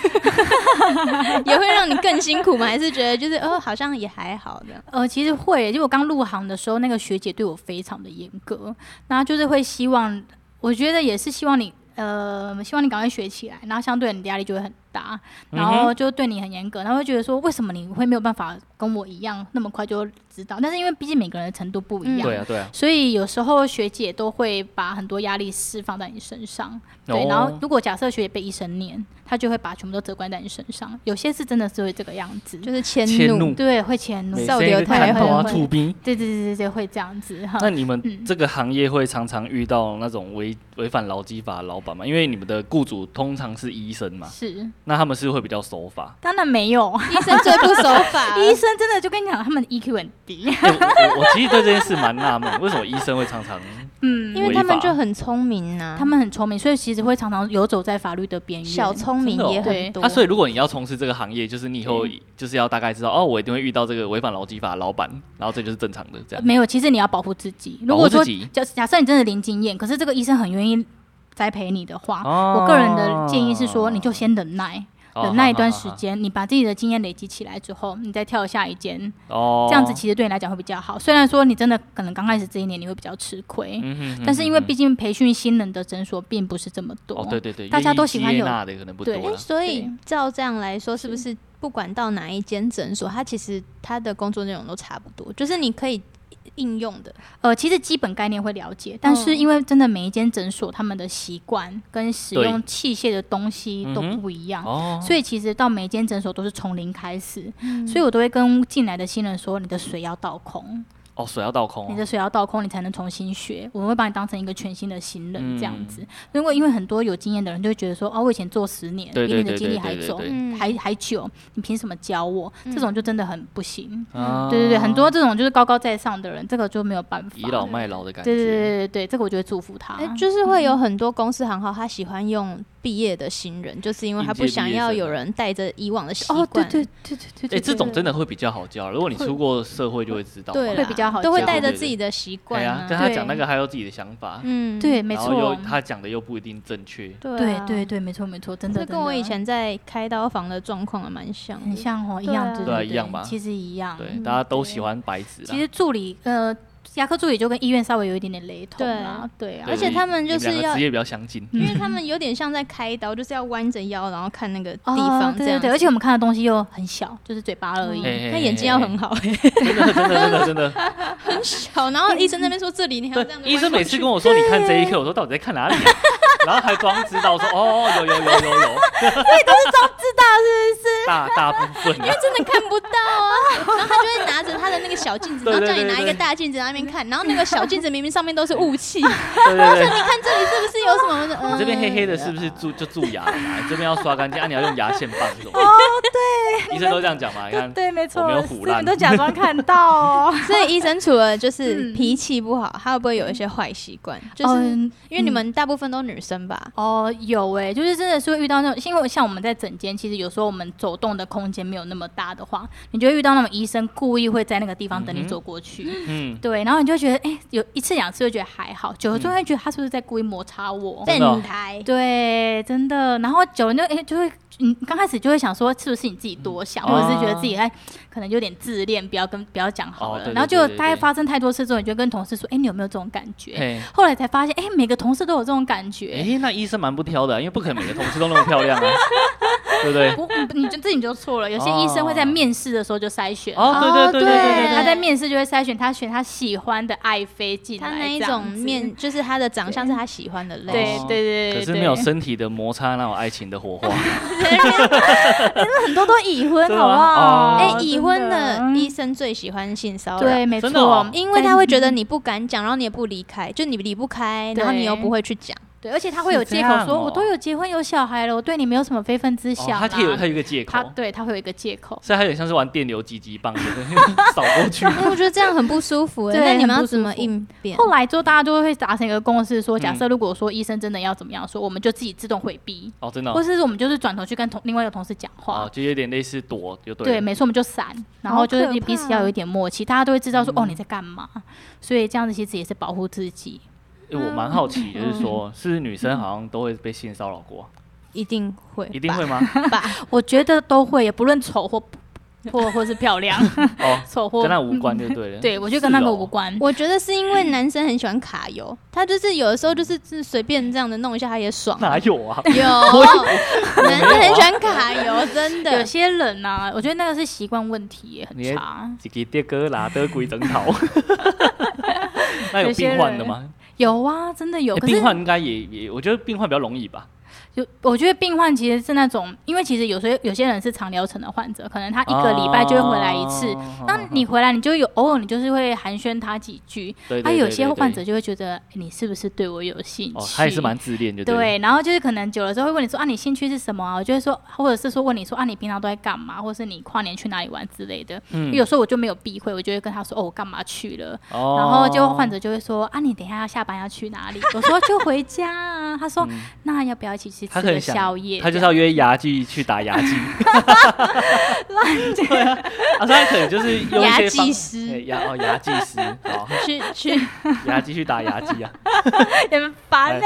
A: 也会让你更辛苦吗？还是觉得就是哦，好像也还好的？
C: 呃，其实会，就我刚入行的时候，那个学姐对我非常的严格，那就是会希望，我觉得也是希望你，呃，希望你赶快学起来，然后相对你的压力就会很大，然后就对你很严格，然后会觉得说，为什么你会没有办法跟我一样那么快就知道？但是因为毕竟每个人的程度不一
A: 嗯
C: 样，
B: 对啊，对啊，
C: 所以有时候学姐都会把很多压力释放在你身上，对。
B: 哦
C: 然后如果假设学姐被医生念，她就会把全部都责怪在你身上。有些是真的是会这个样子，
A: 就是迁
B: 迁
A: 怒，
B: 怒
C: 对，会迁怒，
B: 每
A: 少
B: 天
A: 流
B: 一个
A: 太
B: 砍头啊，
C: 会会
B: 吐 兵。
C: 对对对对对，会这样子哈。
A: 呃
B: 那你
C: 嗯
B: 们这个行业会常常遇到那种违违反劳基法的老板吗？因为你们的雇主通常是医生嘛，
C: 是，。
B: 那他们是会比较守法
C: 当然没有，
A: 医生最不守法。
C: 医生真的就跟你讲，他们的 EQ 很低。
B: 欸、我我我其实对这件事蛮纳闷，为什么医生会常常
C: 嗯，
A: 因为他们
B: 违法
A: 就很聪明呐、
C: 他们很聪明，所以其实会常常游走在法律的边缘。
A: 小聪明
B: 真的哦
A: 也
C: 对
A: 很多。
B: 啊？所以如果你要从事这个行业，就是你以后就是要大概知道哦，我一定会遇到这个违反劳基法的老板，然后这就是正常的这样。
C: 没有，其实你要保护自己。如
B: 保
C: 果
B: 护自
C: 说
B: 己
C: 假假设你真的零经验，可是这个医生很愿意栽培你的话，
B: 哦
C: 我个人的建议是说，你就先忍耐，
B: 哦
C: 忍耐一段时间，你把自己的经验累积起来之后，你再跳下一间，
B: 好好好哦，
C: 这样子其实对你来讲会比较好。虽然说你真的可能刚开始这一年你会比较吃亏，
B: 嗯哼，嗯哼
C: 但是因为
B: 嗯哼
C: 毕竟培训新人的诊所并不是这么多
B: 哦，对对对，
C: 大家都
B: 愿意
C: 喜欢
B: 接
C: 有
B: 纳的可能不多
C: 对
A: 哎，
B: 了。
A: 所以
C: 对
A: 照这样来说，是不是不管到哪一间诊所，它其实它的工作内容都差不多，就是你可以应用的。
C: 呃，其实基本概念会了解，但是
A: 嗯
C: 因为真的每一间诊所他们的习惯跟使
B: 对
C: 用器械的东西都
B: 嗯哼
C: 不一样，
B: 哦，
C: 所以其实到每一间诊所都是从零开始，所以
A: 以
C: 我都会跟进来的新人说，你的水要倒空，
B: 哦，水要倒空哦，
C: 你的水要倒空，你才能重新学。我们会把你当成一个全新的新人这样
B: 嗯
C: 子。如果因为很多有经验的人就会觉得说，哦，我以前做十年，
B: 对
C: 比
B: 对
C: 你的经历还
B: 对对
C: 久
B: 对，
A: 对
C: 还还久，你凭什么教我？这种就真的很不行。
B: 啊
C: 对对对，很多这种就是高高在上的人，这个就没有办法。
B: 倚老卖老的感觉。
C: 对对对对对，这个我就会祝福他。
A: 哎、就是会有很多公司行号，他喜欢用毕业的新人，就是因为他不想要有人带着以往的习惯。
C: 哦，对对对对对
B: 哎、
C: 对，
B: 这种真
C: 的
B: 的会比较好教。如果你
C: 会
B: 出过社会，就会知道嘛。
A: 对啦，
C: 会比较好
A: 都会
C: 教
A: 带着自己的习惯
B: 对
A: 啊
B: 啊，。跟他
C: 对
B: 讲那个，还有自己的想法，
A: 嗯，
C: 对，没
B: 然后又
C: 错，
B: 他讲的又不一定正确。
A: 对
C: 对
A: 啊
C: 对。对，没错没错，真的
A: 这跟我
C: 真的
A: 以前在开刀房的状况还蛮像的，
C: 很像哦，一
A: 对啊
C: 样，对
B: 对啊
C: 对，
B: 一样吧
C: 其实一样。
B: 对，大家都喜
C: 对
B: 欢白纸啦
C: 啊其。实助理呃，牙科助理就跟医院稍微有一点点雷同啊，对啊
B: 对
A: 而。且他们
B: 你
A: 就是
B: 你两个
A: 要嗯
B: 职业比较相近。
A: 因为他们有点像在开刀，就是要弯着腰，然后看那个地
C: 哦
A: 方这
C: 对
A: 样子。
C: 对对，而且我们看的东西又很小，就是嘴巴而已。
B: 哎
A: 那眼睛要很好，
B: 真的真的真的真的。
A: 很小。然后医生那边说这里，你还要这样子
B: 对，
A: 弯
B: 医生每
A: 过去
B: 次跟我说你看这一课，我说到底在看哪里、啊？ 然后还装知道，我说哦有有有有有。这都是装知道是不是？ 大大部分、啊。
A: 真的看不到啊。然后他就会拿着他的那个小镜子，
B: 对
A: 然后
B: 对
A: 叫你
B: 对对
A: 拿一个大镜子在那边看，然后那个小镜子明明上面都是雾 气，你
B: 对对对。
A: 看这里是不是有什么？我说
B: 你这
A: 嗯
B: 边黑黑的，是不是蛀就蛀牙了嘛？你这边要刷干净，啊，你要用牙线棒这种。哦， 对，医生都这样讲嘛，你看，
C: 对，没
B: 我
C: 错
B: 没有，
C: 是
B: 胡
C: 你
B: 乱
C: 们都假装看到哦。
A: 所以医生除了就是
C: 嗯
A: 脾气不好，还会不会有一些坏习惯？就是
C: 嗯
A: 因为你们大部分都女生吧？
C: 哦，有哎、就是真的是会遇到那种，因为像我们在整间，其实有时候我们走动的空间没有那么大的话，你就会遇到那种医生故意会在那个地方等
B: 嗯
C: 你
B: 哼
C: 走过去。
B: 嗯，
C: 对，然后你就会觉得，哎、有一次两次会觉得还好，久了之后会觉得他是不是在故意摩擦我？
B: 真的哦
A: 电台
C: 对，真的。然后久了就哎、就会你刚开始就会想说，是不是你自己多想，
B: 嗯
C: 或者是觉得
B: 啊
C: 自己哎、可能有点自恋，不要跟不要讲好
B: 哦
C: 了。
B: 对对
C: 然后
B: 对
C: 就
B: 对
C: 大概
B: 对
C: 发生太多次之后，你就跟同事说，哎、你有没有这种感觉？
B: 嘿，
C: 后来才发现，哎、每个同事都有这种感觉。
B: 哎，那医生蛮不挑的，因为不可能每个同事都那么漂亮啊，对不对？
C: 不，你就自己就错了。有些医生会在
B: 哦
C: 面试的时候就筛选，
B: 哦，对对对对
C: 他
B: 对
C: 在面试就会筛选他选他喜欢的爱妃进来，
A: 他那一
C: 这样
A: 种
C: 子
A: 面，就是他的长相是他喜欢的类
C: 对
B: 哦
C: 对 对对
B: 对，可是
C: 对
B: 没有身体的摩擦，那种爱情的火花，
C: 很多都已婚，
B: 真的
C: 好不
B: 吗
C: 好？
B: 哦
A: 哎、
C: 真
A: 已婚的
C: 嗯
A: 医生最喜欢性骚扰，
C: 对，没
B: 真的哦
C: 错，
A: 因为他会觉得
C: 你
A: 你不敢讲，然后你也不离开，就你离不开，
C: 对
A: 然后你又不会去讲，
C: 对，而且他会有
B: 是这
C: 借口
B: 样
C: 说，
B: 哦
C: 我都有结婚有小孩了，我对你没有什么非分之想啊
B: 哦
C: 啦、
B: 他有他有一个借
C: 他
B: 口，
C: 对他会有一个借口。
B: 所以他有点像是玩电流击击 棒，就是扫过去。
A: 因为我觉得这样很不舒服、欸。
C: 对
A: 那你们
C: 很
A: 要
C: 不舒
A: 怎么
C: 服
A: 应变？
C: 后来之后，大家就会达成一个共识，说，假
B: 嗯
C: 设如果说医生真的要怎么样说，我们就自己自动回避，
B: 哦，真的
C: 或
B: 哦，
C: 是我们就是转头去跟同另外一个同事讲话。
B: 哦就有点类似躲，就对
C: 对，
B: 了。
C: 没错，我们就闪，然
A: 好
C: 后就是
A: 可
C: 你彼此
A: 怕
C: 要有一点默契，大家都会知道说，
B: 嗯
C: 哦，你在干嘛。所以这样子其实也是保护自己。
B: 诶我
C: 嗯
B: 蛮好奇，就是说，是不是女生好像都会被性骚扰过啊，
A: 一定会，
C: 嗯
B: 一定会 吗？
A: 吧？
C: 我觉得都会，也不论丑 或或或是漂亮，
B: 哦，
C: 丑或
B: 跟他无关就对了。
C: 嗯对我觉得跟那
B: 是
C: 个
B: 哦
C: 无。关。
A: 我觉得是因为男生很喜欢卡油，他就是有的时候就是是随便这样的弄一下，他也爽。
B: 哪有 啊？
A: 有 男生很喜欢卡 油，真
C: 有
A: 的。
C: 些人呢、啊，我觉得那个是习惯问题也很
B: 你也
C: 差。
B: 自己爹哥拿得鬼整 头。那有
C: 有些
B: 病患的
C: 人
B: 吗？
C: 有啊，真的有。
B: 诶
C: 可是
B: 哎病患应该也也，我觉得病患比较容易吧。
C: 有，我觉得病患其实是那种，因为其实有些有些人是长疗程的患者，可能他一个礼拜就会回来一次。
B: 哦
C: 那你回来，你就有偶尔你就是会寒暄他几句，
B: 对对
C: 他
B: 对
C: 有
B: 对
C: 些
B: 对
C: 患者就会觉得、诶你是不是对我有兴趣？
B: 哦，他也是蛮自恋，就了
C: 对，然后就是可能久了之后会问你说啊，你兴趣是什么啊？我就会说，或者是说问你说啊，你平常都在干嘛，或是你跨年去哪里玩之类的。
B: 嗯
C: 有时候我就没有避讳，我就会跟他说哦，我干嘛去了。
B: 哦
C: 然后就患者就会说啊，你等一下要下班要去哪里？我说就回家啊。他说、那要不要一起
B: 嗯
C: 去
B: 他可
C: 吃
B: 能
C: 个
B: 想
C: 宵夜？
B: 他就是要约牙祭去打牙祭。 对啊，啊，所以他可能就是用一
A: 牙
B: 些
A: 祭
B: 方
A: 师
B: 对牙哦牙祭师，好
A: 去去，
B: 牙祭去打牙祭啊，
C: 也很烦呢、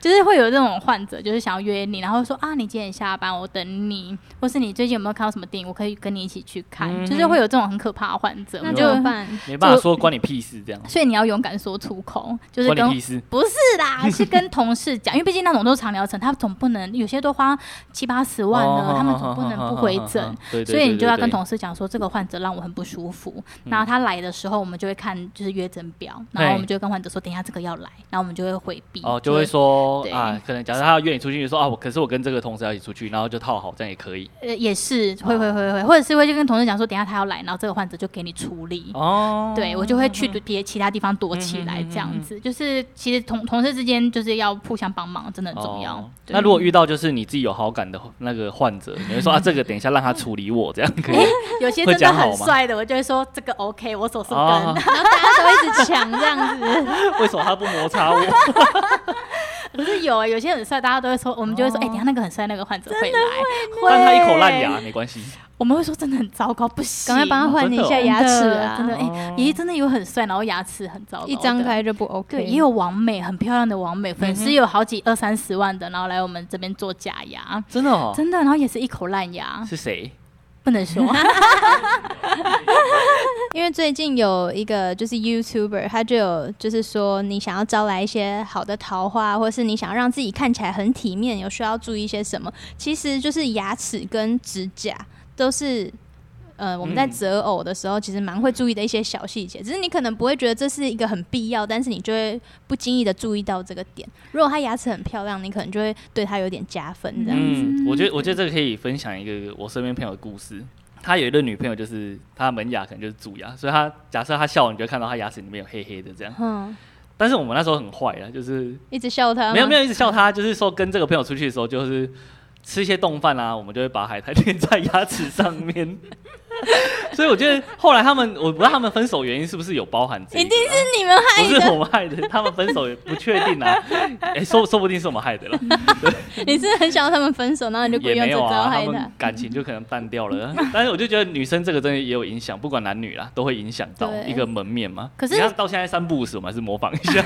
C: 就是会有这种患者，就是想要约你，然后说啊，你几点下班？我等你，或是你最近有没有看到什么电影？我可以跟你一起去看。
B: 嗯
C: 就是会有这种很可怕的患者，我
A: 那
C: 们
A: 怎
C: 就
A: 么办？
B: 没办法说关你屁事这样，
C: 所以你要勇敢说出口，就是
B: 关
C: 跟
B: 你屁事。
C: 不是啦，是跟同事讲，因为毕竟那种都是长疗程，他总不能有些都花七八十万了，
B: 哦
C: 啊他们总不能不回诊。，所以你就要跟同事讲说，这个患者让我很不舒服。然后他来的时候，我们就会看就是约诊表，然后我们就会跟患者说，等一下这个要来，然后我们就会回避。
B: 哦，就会说
C: 对
B: 啊，可能假设他要约你出去，就说啊，我可是我跟这个同事要一起出去，然后就套好，这样也可以
C: 呃，也是
B: 哦
C: 会会会会，或者是会就跟同事讲说，等一下他要来，然后这个患者就给你处理。
B: 哦。
C: 对，我就会去别其他地方躲起
B: 嗯
C: 来，这样子。就是其实同同事之间就是要互相帮忙，真的很重要
B: 哦。
C: 对
B: 那如果遇到就是你自己有好感的那个患者，你会说啊，这个等一下让他处理我，这样可以吗。
C: 有些
B: 会
C: 真的
B: 讲好
C: 很
B: 吗
C: 帅的，我就会说这个 OK，我手是跟。
B: 哦
A: 然后大家都一直抢这样 子，
B: 为什么他不摩擦 我？
C: 可是有、欸、有些很帅，大家都会说，我们就
B: 哦
C: 会说，哎、等一下那个很帅那个患者会来，会
B: 但他一口烂牙，没关系。
C: 我们会说真的很糟糕，不行，
A: 赶快帮他换一下
B: 真的
A: 牙齿啊！
C: 真的，哎、
B: 哦
C: 爷爷真的有很帅，然后牙齿很糟糕，
A: 一张。开就不 OK。
C: 对，也有王美，很漂亮的王美，粉丝有好几二三十万的，然后来我们这边做假牙，
B: 真的哦，
C: 真的，然后也是一口烂牙，
B: 是谁？
C: 不能说。
A: 因为最近有一个就是 YouTuber，他就有就是说，你想要招来一些好的桃花，或是你想要让自己看起来很体面，有需要注意一些什么？其实就是牙齿跟指甲都是。呃，我们在
B: 嗯
A: 择偶的时候，其实蛮会注意的一些小细节，只是你可能不会觉得这是一个很必要，但是你就会不经意的注意到这个点。如果他牙齿很漂亮，你可能就会对他有点加分这样。
B: 嗯，我觉得我觉得这个可以分享一个我身边朋友的故事。他有一个女朋友，就是她门牙可能就是蛀牙，所以她假设她笑，你就会看到她牙齿里面有黑黑的这样。
A: 嗯，
B: 但是我们那时候很坏啊，就是
A: 一直笑他吗，
B: 没有没有一直笑她，就是说跟这个朋友出去的时候，就是吃一些冻饭啊，我们就会把海苔垫在牙齿上 面。所以我觉得后来他们，我不知道他们分手原因是不是有包含这
A: 一
B: 一
A: 定
B: 个啊
A: 是你们害
B: 不是
A: 的，
B: 我们害的，他们分手也不确定 啊，哎、说说不定是我们害的了，
A: 你是很想要他们分手，然后你就故意
B: 也
A: 用
B: 没
A: 这
B: 有
A: 招
B: 啊，
A: 害
B: 他们感情就可能淡掉了。但是我就觉得女生这个真的也有影响，不管男女啦，都会影响到
A: 对
B: 一个门面嘛。
C: 可是
B: 你看到现在三不五时，我们还是模仿一 下，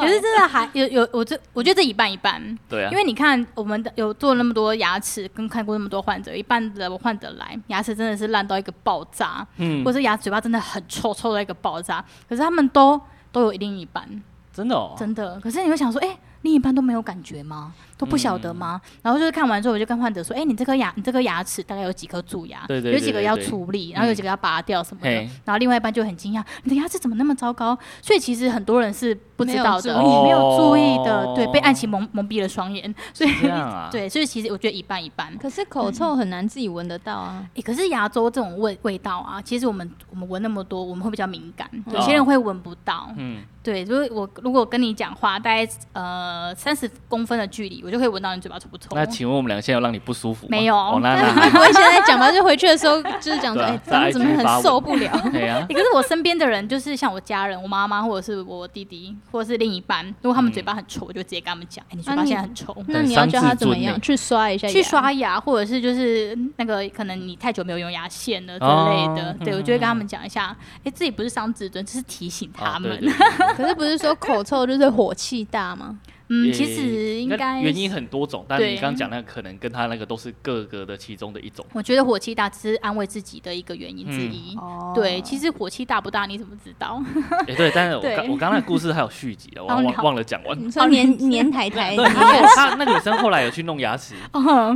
C: 可是真的还 有有，我这我觉得这一半一半，
B: 对啊
C: 因，为你看，我们的有做那么多牙齿，跟看过那么多患者，一半的患者来，牙齿真的是烂到一个爆炸，
B: 嗯
C: 或，者牙嘴巴真的很臭，臭到一个爆炸。可是他们都都有一定一半，
B: 真的哦，
C: 真的。可是你会想说，哎、另一半都没有感觉吗？都不晓得吗？
B: 嗯
C: 然后就是看完之后，我就跟患者说，哎、你这颗牙，你这颗牙齿大概有几颗蛀牙？
B: 对对
C: 有
B: 对
C: 几个
B: 对
C: 要
B: 对
C: 处理，然后有几个要拔掉什么的。
B: 嘿
C: 然后另外一半就很惊讶，你的牙齿怎么那么糟糕？所以其实很多人是不知道的，
A: 没有
B: 注意
C: 没有注意的，
B: 哦
C: 对，被爱情蒙蒙蔽了双眼。 所以，
B: 这样啊
C: 对，所以其实我觉得一半一半。
A: 可是口
B: 嗯
A: 臭很难自己闻得到啊。
C: 欸、可是牙周这种味味道啊，其实我们我们闻那么多，我们会比较敏感，有
B: 哦
C: 些人会闻不到。
B: 嗯，
C: 对，所以我如果跟你讲话，大概呃三十公分的距离，我就可以闻到你嘴巴臭不臭。
B: 那请问我们两个现在有让你不舒服吗？
C: 没有
B: 哦，那
A: 但
B: 那
A: 是不会现在讲吧？就回去的时候就是讲说，
B: 对啊
A: 哎，他们怎么
B: 在 IG 发
A: 很
B: 文
A: 受不了？
B: 那对啊，
C: 欸可是我身边的人，就是像我家人，我妈妈或者是我弟弟，或者是另一半，如
B: 嗯
C: 果他们嘴巴很臭，我就直接跟他们讲：“哎、你嘴
A: 啊
C: 巴
A: 你
C: 现在很臭。
A: 那你要叫他怎么
B: 很伤自尊欸
A: 样？
B: 呢
A: 去刷一下牙，
C: 去刷牙，或者是就是那个可能你太久没有用牙线了之类的，
B: 哦
C: 对我就会跟他们讲一下，哎、自己不是伤自尊，只是提醒他
B: 啊对
C: 们。
B: 对对
A: 可是不是说口臭就是火气大吗？
C: 嗯，
B: 也
C: 其实应该
B: 原因很多种，但
C: 对
B: 你刚刚讲那个可能跟他那个都是各个的其中的一种。
C: 我觉得火气大只是安慰自己的一个原因之一。
B: 嗯
A: 哦
C: 对，其实火气大不大，你怎么知道？
B: 哎，对，但是我
C: 对
B: 刚我刚刚那个故事还有续 集的，啊我
C: 哦你
B: 忘
C: 好哎
B: 忘了讲完。
A: 你
C: 哦
A: 说黏黏台台，
B: 对，然后他那个女生后来有去弄牙 齿，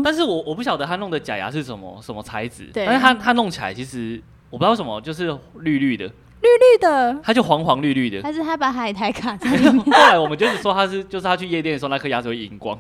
B: 但是我我不晓得她弄的假牙是什么什么材质，
C: 哦对
B: 但是她她弄起来其实我不知道为什么，就是绿绿的，
A: 绿的，
B: 它就黄黄绿绿的。
A: 还是他把海苔卡 在
B: 没
A: 里
B: 有
A: 面？
B: 后来我们就是说她是就是她去夜店的时候那颗牙齿会荧光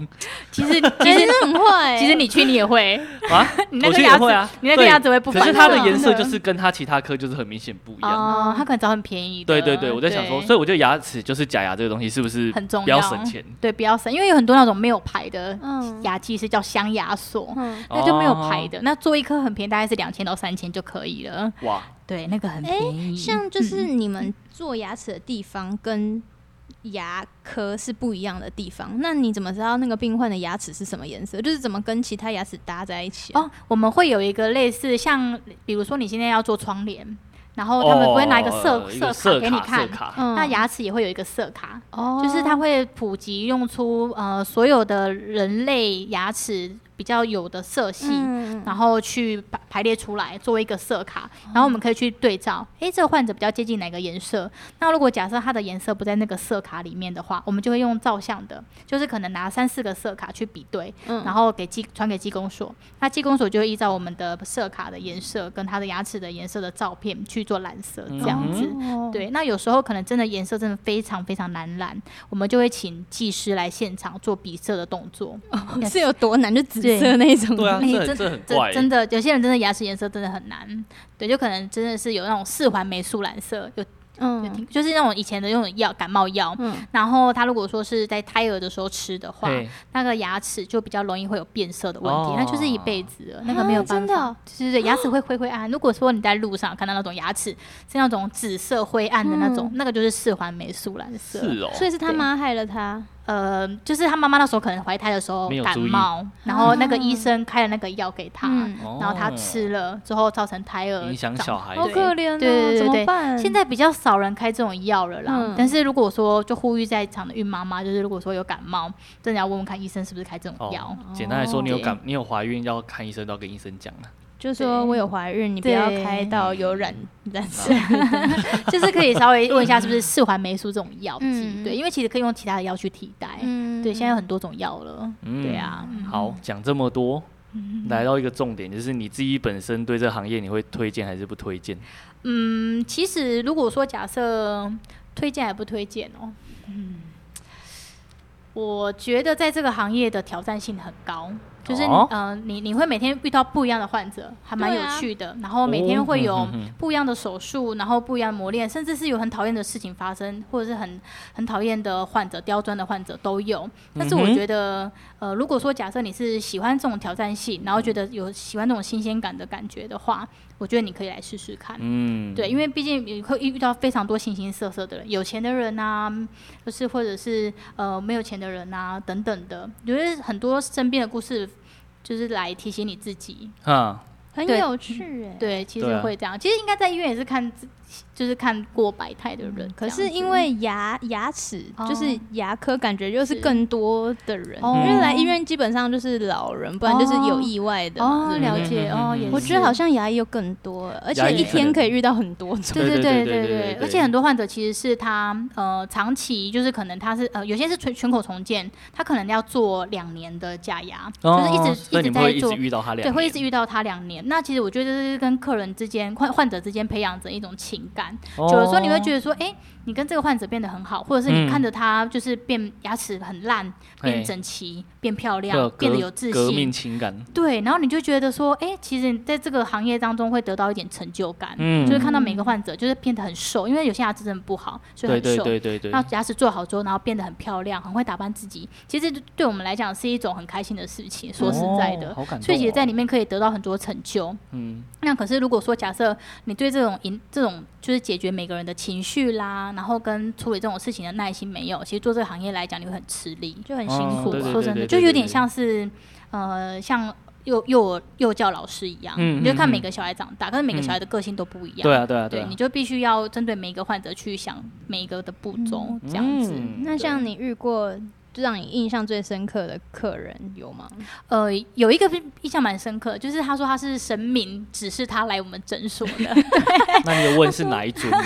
C: 其实其
A: 其
C: 实
A: 实很坏，
C: 其实你去你也会，，
B: 啊
C: 你那
B: 我
C: 个
B: 去也
C: 牙齿
B: 会啊，
C: 你那个
B: 对
C: 牙齿会不
B: 可
C: 反
B: 是
A: 它
B: 它
C: 光
B: 的
A: 的
B: 颜色就是跟它其他颗就是很明显不一样。
C: 哦，他可能找很便宜的。
B: 对对对，我在想说，
C: 对
B: 所以我觉得牙齿就是假牙这个东西是不是
C: 很重要
B: 不要省钱，
C: 对不要省，因为有很多那种没有牌的
A: 嗯
C: 牙器是叫镶牙锁，
A: 嗯，
C: 那就没有
B: 哦
C: 牌的，那做一颗很便宜，大概是两千到三千就可以了。
B: 哦哇，
C: 对，那个很便宜。
A: 像就是你们做牙齿的地方跟牙科是不一样的地方，那你怎么知道那个病患的牙齿是什么颜色？就是怎么跟其他牙齿搭在一起啊？
C: 哦，我们会有一个类似像，比如说你现在要做窗帘，然后他们不会拿一个色、
B: 哦一
C: 色
B: 个色
C: 给你
B: 卡
C: 看
B: 色， 卡
A: 嗯
C: 那牙齿也会有一个色卡，
A: 哦
C: 就是它会普及用出呃所有的人类牙齿比较有的色系。
A: 嗯
C: 然后去排排列出来，作为一个色卡，然后我
A: 哦
C: 们可以去对照，诶，这个患者比较接近哪个颜色？那如果假设他的颜色不在那个色卡里面的话，我们就会用照相的，就是可能拿三四个色卡去比对，
A: 嗯
C: 然后给技传给技工所，那技工所就会依照我们的色卡的颜色跟他的牙齿的颜色的照片去做染色，这样子。
A: 哦，
C: 对，那有时候可能真的颜色真的非常非常难染，我们就会请技师来现场做比色的动作。
A: 哦 是有多难？就紫
C: 对
A: 色那种，
B: 对啊，
C: 哎
B: 这很
C: 真
B: 这很怪
C: 真，真的，有些人真的牙齿颜色真的很难，对，就可能真的是有那种四环霉素染色，有有
A: 嗯
C: 听，就是那种以前的那种药感冒药，
A: 嗯，
C: 然后他如果说是在胎儿的时候吃的话，
B: 嘿
C: 那个牙齿就比较容易会有变色的问题
B: 哦，
C: 那就是一辈子了，那个没有办
A: 真的
C: 法
A: 哦。
C: 对对对，牙齿会灰灰暗。如果说你在路上看到那种牙齿是那种紫色灰暗的那种
A: 嗯，
C: 那个就是四环霉素染色。
B: 是哦，
A: 所以是他妈害了他，
C: 呃，就是他妈妈那时候可能怀胎的时候
B: 没有
C: 感
B: 注意
C: 冒，然后那个医生开了那个药给他，
A: 嗯，
B: 哦
C: 然后他吃了之后造成胎儿
B: 影响
C: 长
B: 小孩
A: 好
B: 的
A: 可怜
C: 对对对
A: 哦，
C: 对
A: 怎么办？
C: 现在比较少人开这种药了啦，
A: 嗯
C: 但是如果说就呼吁在场的孕妈妈，就是如果说有感冒，真的要问问看医生是不是开这种药。
B: 哦。简单来说，你有感，你有怀孕要看医生，都要跟医生讲啊。
A: 就说我有怀孕，你不
C: 对
A: 要开到有染染 色。
C: 就是可以稍微问一下是不是四环霉素这种药剂，
A: 嗯
C: 对，因为其实可以用其他的药去替代。
A: 嗯
C: 对，现在有很多种药了，
B: 嗯
C: 对啊，
B: 好，讲这么多，
C: 嗯
B: 来到一个重点，就是你自己本身对这行业你会推荐还是不推荐？
C: 嗯，其实如果说假设推荐还不推荐哦，嗯，我觉得在这个行业的挑战性很高，就是嗯、
B: 哦
C: 呃你你会每天遇到不一样的患者，还蛮有
A: 对啊
C: 趣的，然后每天会有
B: 嗯嗯嗯
C: 不一样的手术，然后不一样的磨练，甚至是有很讨厌的事情发生，或者是很很讨厌的患者、刁钻的患者都有。但是我
B: 嗯哼
C: 觉得，呃，如果说假设你是喜欢这种挑战性，然后觉得有喜欢这种新鲜感的感觉的话，我觉得你可以来试试看。
B: 嗯，
C: 对，因为毕竟你会遇到非常多形形色色的人，有钱的人啊，就是或者是呃没有钱的人啊等等的，觉得很多身边的故事，就是来提醒你自己，
B: 啊，
A: 很
C: 对
A: 有趣哎、
C: 对，其
B: 对
C: 实
B: 啊
C: 会这样。其实应该在医院也是看自，就是看过百态的人。
A: 嗯可
C: 这
A: 是
C: 样子
A: 因为牙牙齿
C: 哦
A: 就是牙科，感觉又是
C: 是
A: 更多的人，
C: 哦
A: 因为来医院基本上就是老人，不然就是有意外的嘛。
C: 哦，
A: 对不对
C: 了解
B: 嗯嗯嗯
C: 哦，
B: 嗯
C: 也
A: 我觉得好
C: 是
A: 像牙医又更多，而
B: 牙
A: 且
B: 医
A: 一
B: 可能
A: 天可以遇到很多种。
C: 对对
B: 对对对
C: 对对
B: 对对，
C: 对而且很多患者其实是他呃长期就是可能他是呃有些是全全口重建，他可能要做两年的假牙，就是一直
B: 哦所以你
C: 一直
B: 们会
C: 在
B: 一直
C: 做。
B: 遇到他俩，
C: 对，会一直遇到他两年。那其实我觉得这是跟客人之间、患患者之间培养着一种情感。
B: 哦
C: 久了说，你会觉得说，哎、你跟这个患者变得很好，或者是你
B: 嗯
C: 看着他就是变牙齿很烂、
B: 嘿
C: 变整齐、变漂
B: 会有
C: 亮、变得
B: 哎啊革
C: 有自
B: 革
C: 信
B: 命，情感，
C: 对，然后你就觉得说，哎、其实你在这个行业当中会得到一点成就感，
B: 嗯
C: 就是看到每个患者就是变得很瘦，因为有些牙齿真的不好，所以
B: 对
C: 很
B: 对
C: 瘦。
B: 对对对
C: 然，后牙齿做好之后，然后变得很漂亮，很会打扮自己。其实对我们来讲是一种很开心的事情。说实在的，
B: 哦好感动哦
C: 所以其实在里面可以得到很多成就。
B: 嗯，
C: 那可是如果说假设你对这种引这种就是解决每个人的情绪啦，然后跟处理这种事情的耐心没有，其实做这个行业来讲你会很吃力，
A: 就很
B: 辛
A: 辛
B: 苦
A: 苦、
B: 啊对对
C: 说真的，
B: 对
C: 就有点像是呃像。幼幼幼教老师一样，
B: 嗯
C: 你就看
B: 嗯
C: 每个小孩长大，可是每个小孩的个性都不一样。
B: 对啊对啊
C: 对，
B: 啊
C: 你，就必须要针对每一个患者去想每一个的步骤，这样子。
B: 嗯
A: 那像你遇过就让你印象最深刻的客人有吗？
C: 呃，有一个印象蛮深刻，就是他说他是神明指示他来我们诊所的，
B: 那你有问是哪一尊 吗？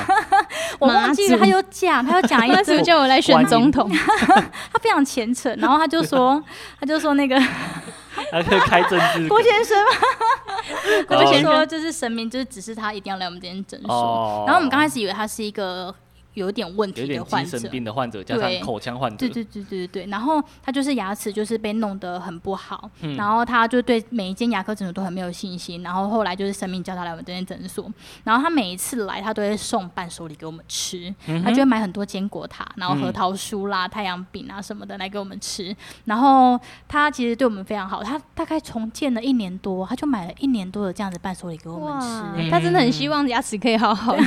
C: 我忘记了，
A: 妈祖
C: 他有讲，他有讲 一
A: 那
C: 个
A: 是不是叫我来选总统？
C: 他非常虔诚，然后他 就说，他就说那个
B: 哦还可以开政治哦
C: 郭先生，
B: 郭
C: 他就
B: 先生
C: 说就是神明就是指示他一定要来我们这间诊所，
B: 哦
C: 然后我们刚开始以为他是一个有点问
B: 有
C: 题的
B: 点
C: 患
B: 精
C: 者，
B: 神病的患者，加上
C: 对
B: 口腔患者
C: 对，对对对对，然后他就是牙齿就是被弄得很不好，
B: 嗯
C: 然后他就对每一间牙科诊所都很没有信心，然后后来就是生命叫他来我们这间诊所，然后他每一次来他都会送伴手礼给我们吃，他就会买很多坚果塔，然后核桃酥啦、太阳饼啊什么的来给我们吃，然后他其实对我们非常好，他大概重建了一年多，他就买了一年多的这样子伴手礼给我们吃、
B: 嗯
C: 欸
A: 他真的很希望牙齿可以好 好的。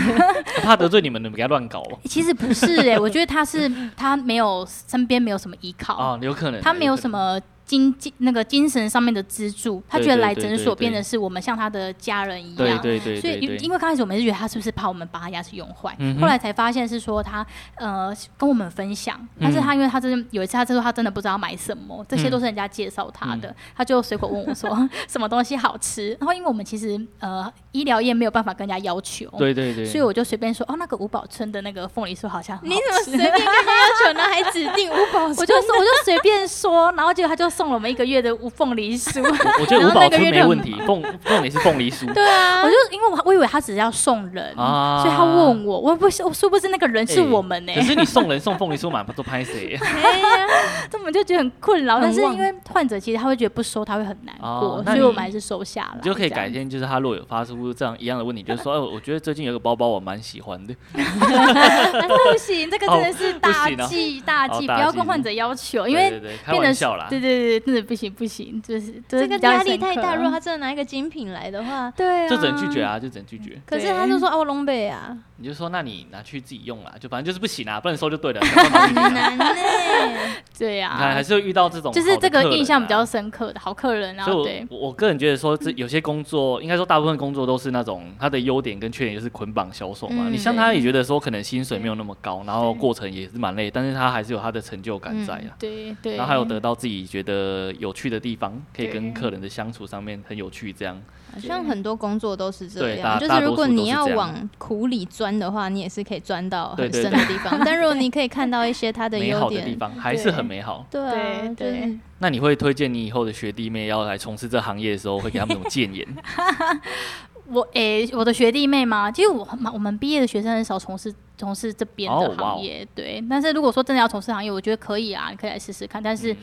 B: 怕得罪你们，你们给他乱搞哦
C: 其实不是哎、我觉得他是他没有身边没有什么依 靠
B: 啊，有可能
C: 他没有什
B: 么，
C: 么经济那个精神上面的支柱，他觉得来诊所
B: 对对对对
C: 变得是我们像他的家人一
B: 对
C: 样。
B: 对对
C: 所
B: 对
C: 以，
B: 对
C: 因因为刚开始我们是觉得他是不是怕我们把他牙齿用坏，
B: 嗯哼
C: 后来才发现是说他呃跟我们分享，但
B: 嗯
C: 是他因为他真的有一次他就说他真的不知道买什么，这些都是人家介绍
B: 嗯
C: 他的，他就随口问我说 什么东西好吃，然后因为我们其实呃医疗业没有办法跟人家要求，
B: 对对对，
C: 所以我就随便说哦那个五宝村的那个凤梨酥好像很好吃
A: 你怎么随便跟他要求呢？还指定五宝
C: 我
A: 村
C: 就说，我就随便说，然后结果他就送了我们一个月的无凤梨 酥。
B: 我我觉得五
C: 然后
B: 宝
C: 那个
B: 村
C: 月
B: 没
C: 就
B: 问题，凤凤梨是凤梨酥，
A: 对啊
C: 我，就因为我我以为他只是要送人，
B: 啊
C: 所以他问我，我不是我殊不知那个人 是
B: 欸
C: 我们呢、
B: 可是你送人送凤梨酥嘛，都拍 谁？
A: 哎呀
C: 这我们就觉得很困扰。
A: 很
C: 但是
A: 忘
C: 因为患者其实他会觉得不收，他会很难过，
B: 哦那
C: 所以
B: 你
C: 我们还是收下来。
B: 你就可以
C: 这样
B: 改天，就是他如果有发出这样一样的问题，就是说，哎，我觉得最近有个包包我蛮喜欢的，
C: 不行，这个真的是大
B: 不
C: 忌、大忌，
B: 哦大
C: 不要
B: 忌
C: 跟患者要求， 因
B: 对
C: 为
B: 对对，开
C: 变得
B: 玩笑啦，
C: 对对对，真的不行不行，就是
A: 这个压力太大。如果
C: 他
A: 他真的拿一个精品来的话，
C: 对啊，嗯
B: 就只能拒绝啊，就只能拒绝。
A: 可是他就说哦，龙北 啊，
B: 你就说，那你拿去自己用啦，就反正就是不行啊，不能收就对 了。想办法拒绝啊
A: 难 呢。
C: 对
B: 你看，
C: 啊
B: 还，是会遇到这种，哦
C: 就是这个印象比较。深刻的好客人啊，
B: 啊所
C: 对嗯
B: 以。我，我我个人觉得说，这有些工作，应该说大部分工作都是那种它的优点跟缺点就是捆绑销售嘛。
A: 嗯
B: 你像他也觉得说，可能薪水没有那么高，然后过程也是蛮累，但是他还是有他的成就
C: 嗯
B: 感在啊。
C: 对对，
B: 然后还有得到自己觉得有趣的地方，可以跟
C: 对
B: 客人的相处上面很有趣，这样
A: 好像很多工作都是这
B: 对大
A: 样，就
B: 大
A: 是
B: 多
A: 如果
B: 数都
A: 你
B: 是
A: 要
B: 这样
A: 往苦里钻的话，你也是可以钻到
B: 对
A: 很
B: 对
A: 深的地方。但如果你可以看到一些他的
B: 美
A: 优
B: 好的地
A: 点，
B: 方还是很美好。
A: 对啊，
C: 对
A: 就是
C: 对
B: 那你会推荐你以后的学弟妹要来从事这行业的时候，会给他们什么建言？
C: 我诶、我的学弟妹嘛，其实我蛮我们毕业的学生很少从事从事这边
B: 哦
C: 的
B: 哇哦
C: 行业，对。但是如果说真的要从事行业，我觉得可以啊，你可以来试试看。但
B: 嗯
C: 是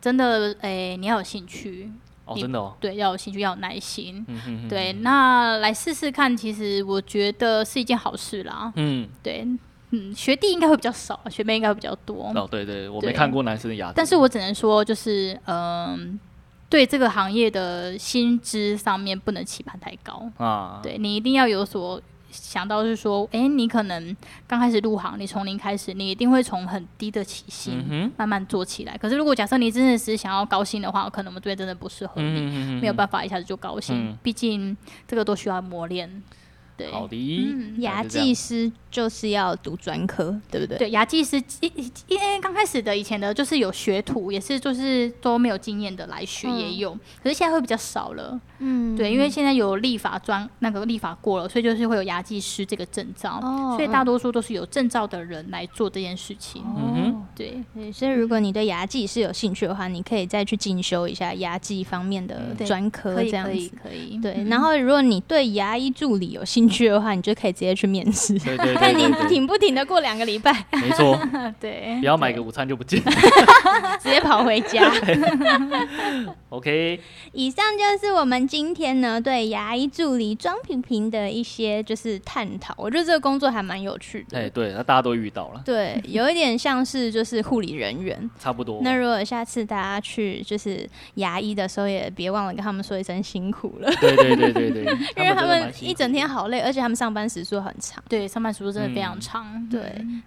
C: 真的诶、你要有兴趣，
B: 哦，
C: 你
B: 真的哦，
C: 对，要有兴趣，要有耐心。
B: 嗯嗯，
C: 对，那来试试看，其实我觉得是一件好事啦。
B: 嗯，
C: 对，嗯，学弟应该会比较少，学妹应该会比较多。
B: 哦，对对，我
C: 对
B: 没看过男生的牙齿，
C: 但是我只能说，就是嗯、对这个行业的薪资上面不能期盼太高。
B: 啊，
C: 对你一定要有所想到是说，哎、你可能刚开始入行，你从零开始，你一定会从很低的起薪、
B: 嗯哼，
C: 慢慢做起来。可是如果假设你真的是想要高薪的话，可能我们这边真的不适合你。
B: 嗯
C: 没有
B: 办
C: 办法一下子就高兴
B: 嗯，
C: 毕、竟这个都需要磨练。对，
B: 好的，
C: 嗯，
A: 牙技师就是要读专科，对不对？
C: 对，牙技师一一因为刚开始的以前的就是有学徒，也是就是都没有经验的来学
A: 嗯
C: 也有，可是现在会比较少了。
A: 嗯
C: 对，因为现在有立法专那个立法过了，所以就是会有牙技师这个证照，
A: 哦
C: 所以大多数都是有证照的人来做这件事情。
B: 嗯哼
C: 对，
A: 对，所以如果你对牙技是有兴趣的话，你可以再去进修一下牙技方面的
B: 嗯
C: 对
A: 专
C: 可
A: 科，
C: 以
A: 这样
C: 可以
A: 子。
C: 可以。
A: 对，
C: 嗯
A: 然后如果你对牙医助理有兴趣的话，你就可以直接去面试，
B: 对对
A: 看你
B: 对对
A: 挺不挺得过两个礼 拜，
B: 对，没错，
C: 对
B: 不，要买个午餐就不见。
A: 直接跑回家。
B: OK，
A: 以上就是我们今天呢对牙医助理庄平平的一些就是探讨。我觉得这个工作还蛮有趣的，
B: 哎，对，那大家都遇到了，
A: 对，有一点像是就是护理人员。
B: 差不多。
A: 那如果下次大家去就是牙医的时候，也别忘了跟他们说一声辛苦了，
B: 对对对对对，
A: 因为
B: 真的
A: 他
B: 蛮
A: 们
B: 辛苦
A: 一整天
B: 的，
A: 好累，而且他们上班时数很长。
C: 对，上班时数真的非常
B: 嗯
C: 长。
A: 对，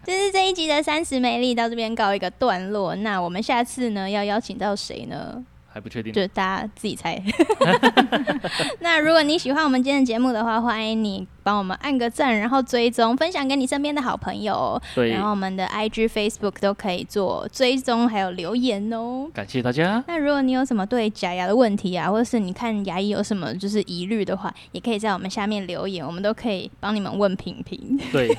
A: 这是这一集的三十美丽到这边告一个段落。那我们下次呢要邀请到谁呢？
B: 还不确定。
A: 就大家自己 猜。 那如果你喜欢我们今天的节目的话，欢迎你帮我们按个赞，然后追踪分享给你身边的好朋友哦，
B: 对
A: 然，后我们的 IG、Facebook 都可以做追踪，还有留言哦。
B: 感谢大家。
A: 那如果你有什么对假牙的问题啊，或者是你看牙医有什么就是疑虑的话，也可以在我们下面留言，我们都可以帮你们问平平。
B: 对，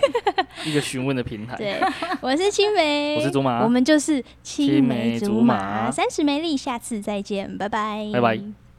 B: 一个询问的平台。
A: 对，我是青梅，
B: 我是竹马
A: 我们就是青
B: 青梅
A: 梅
B: 竹
A: 竹马，
B: 马
A: 三十美丽，下次再见，拜拜，
B: 拜拜。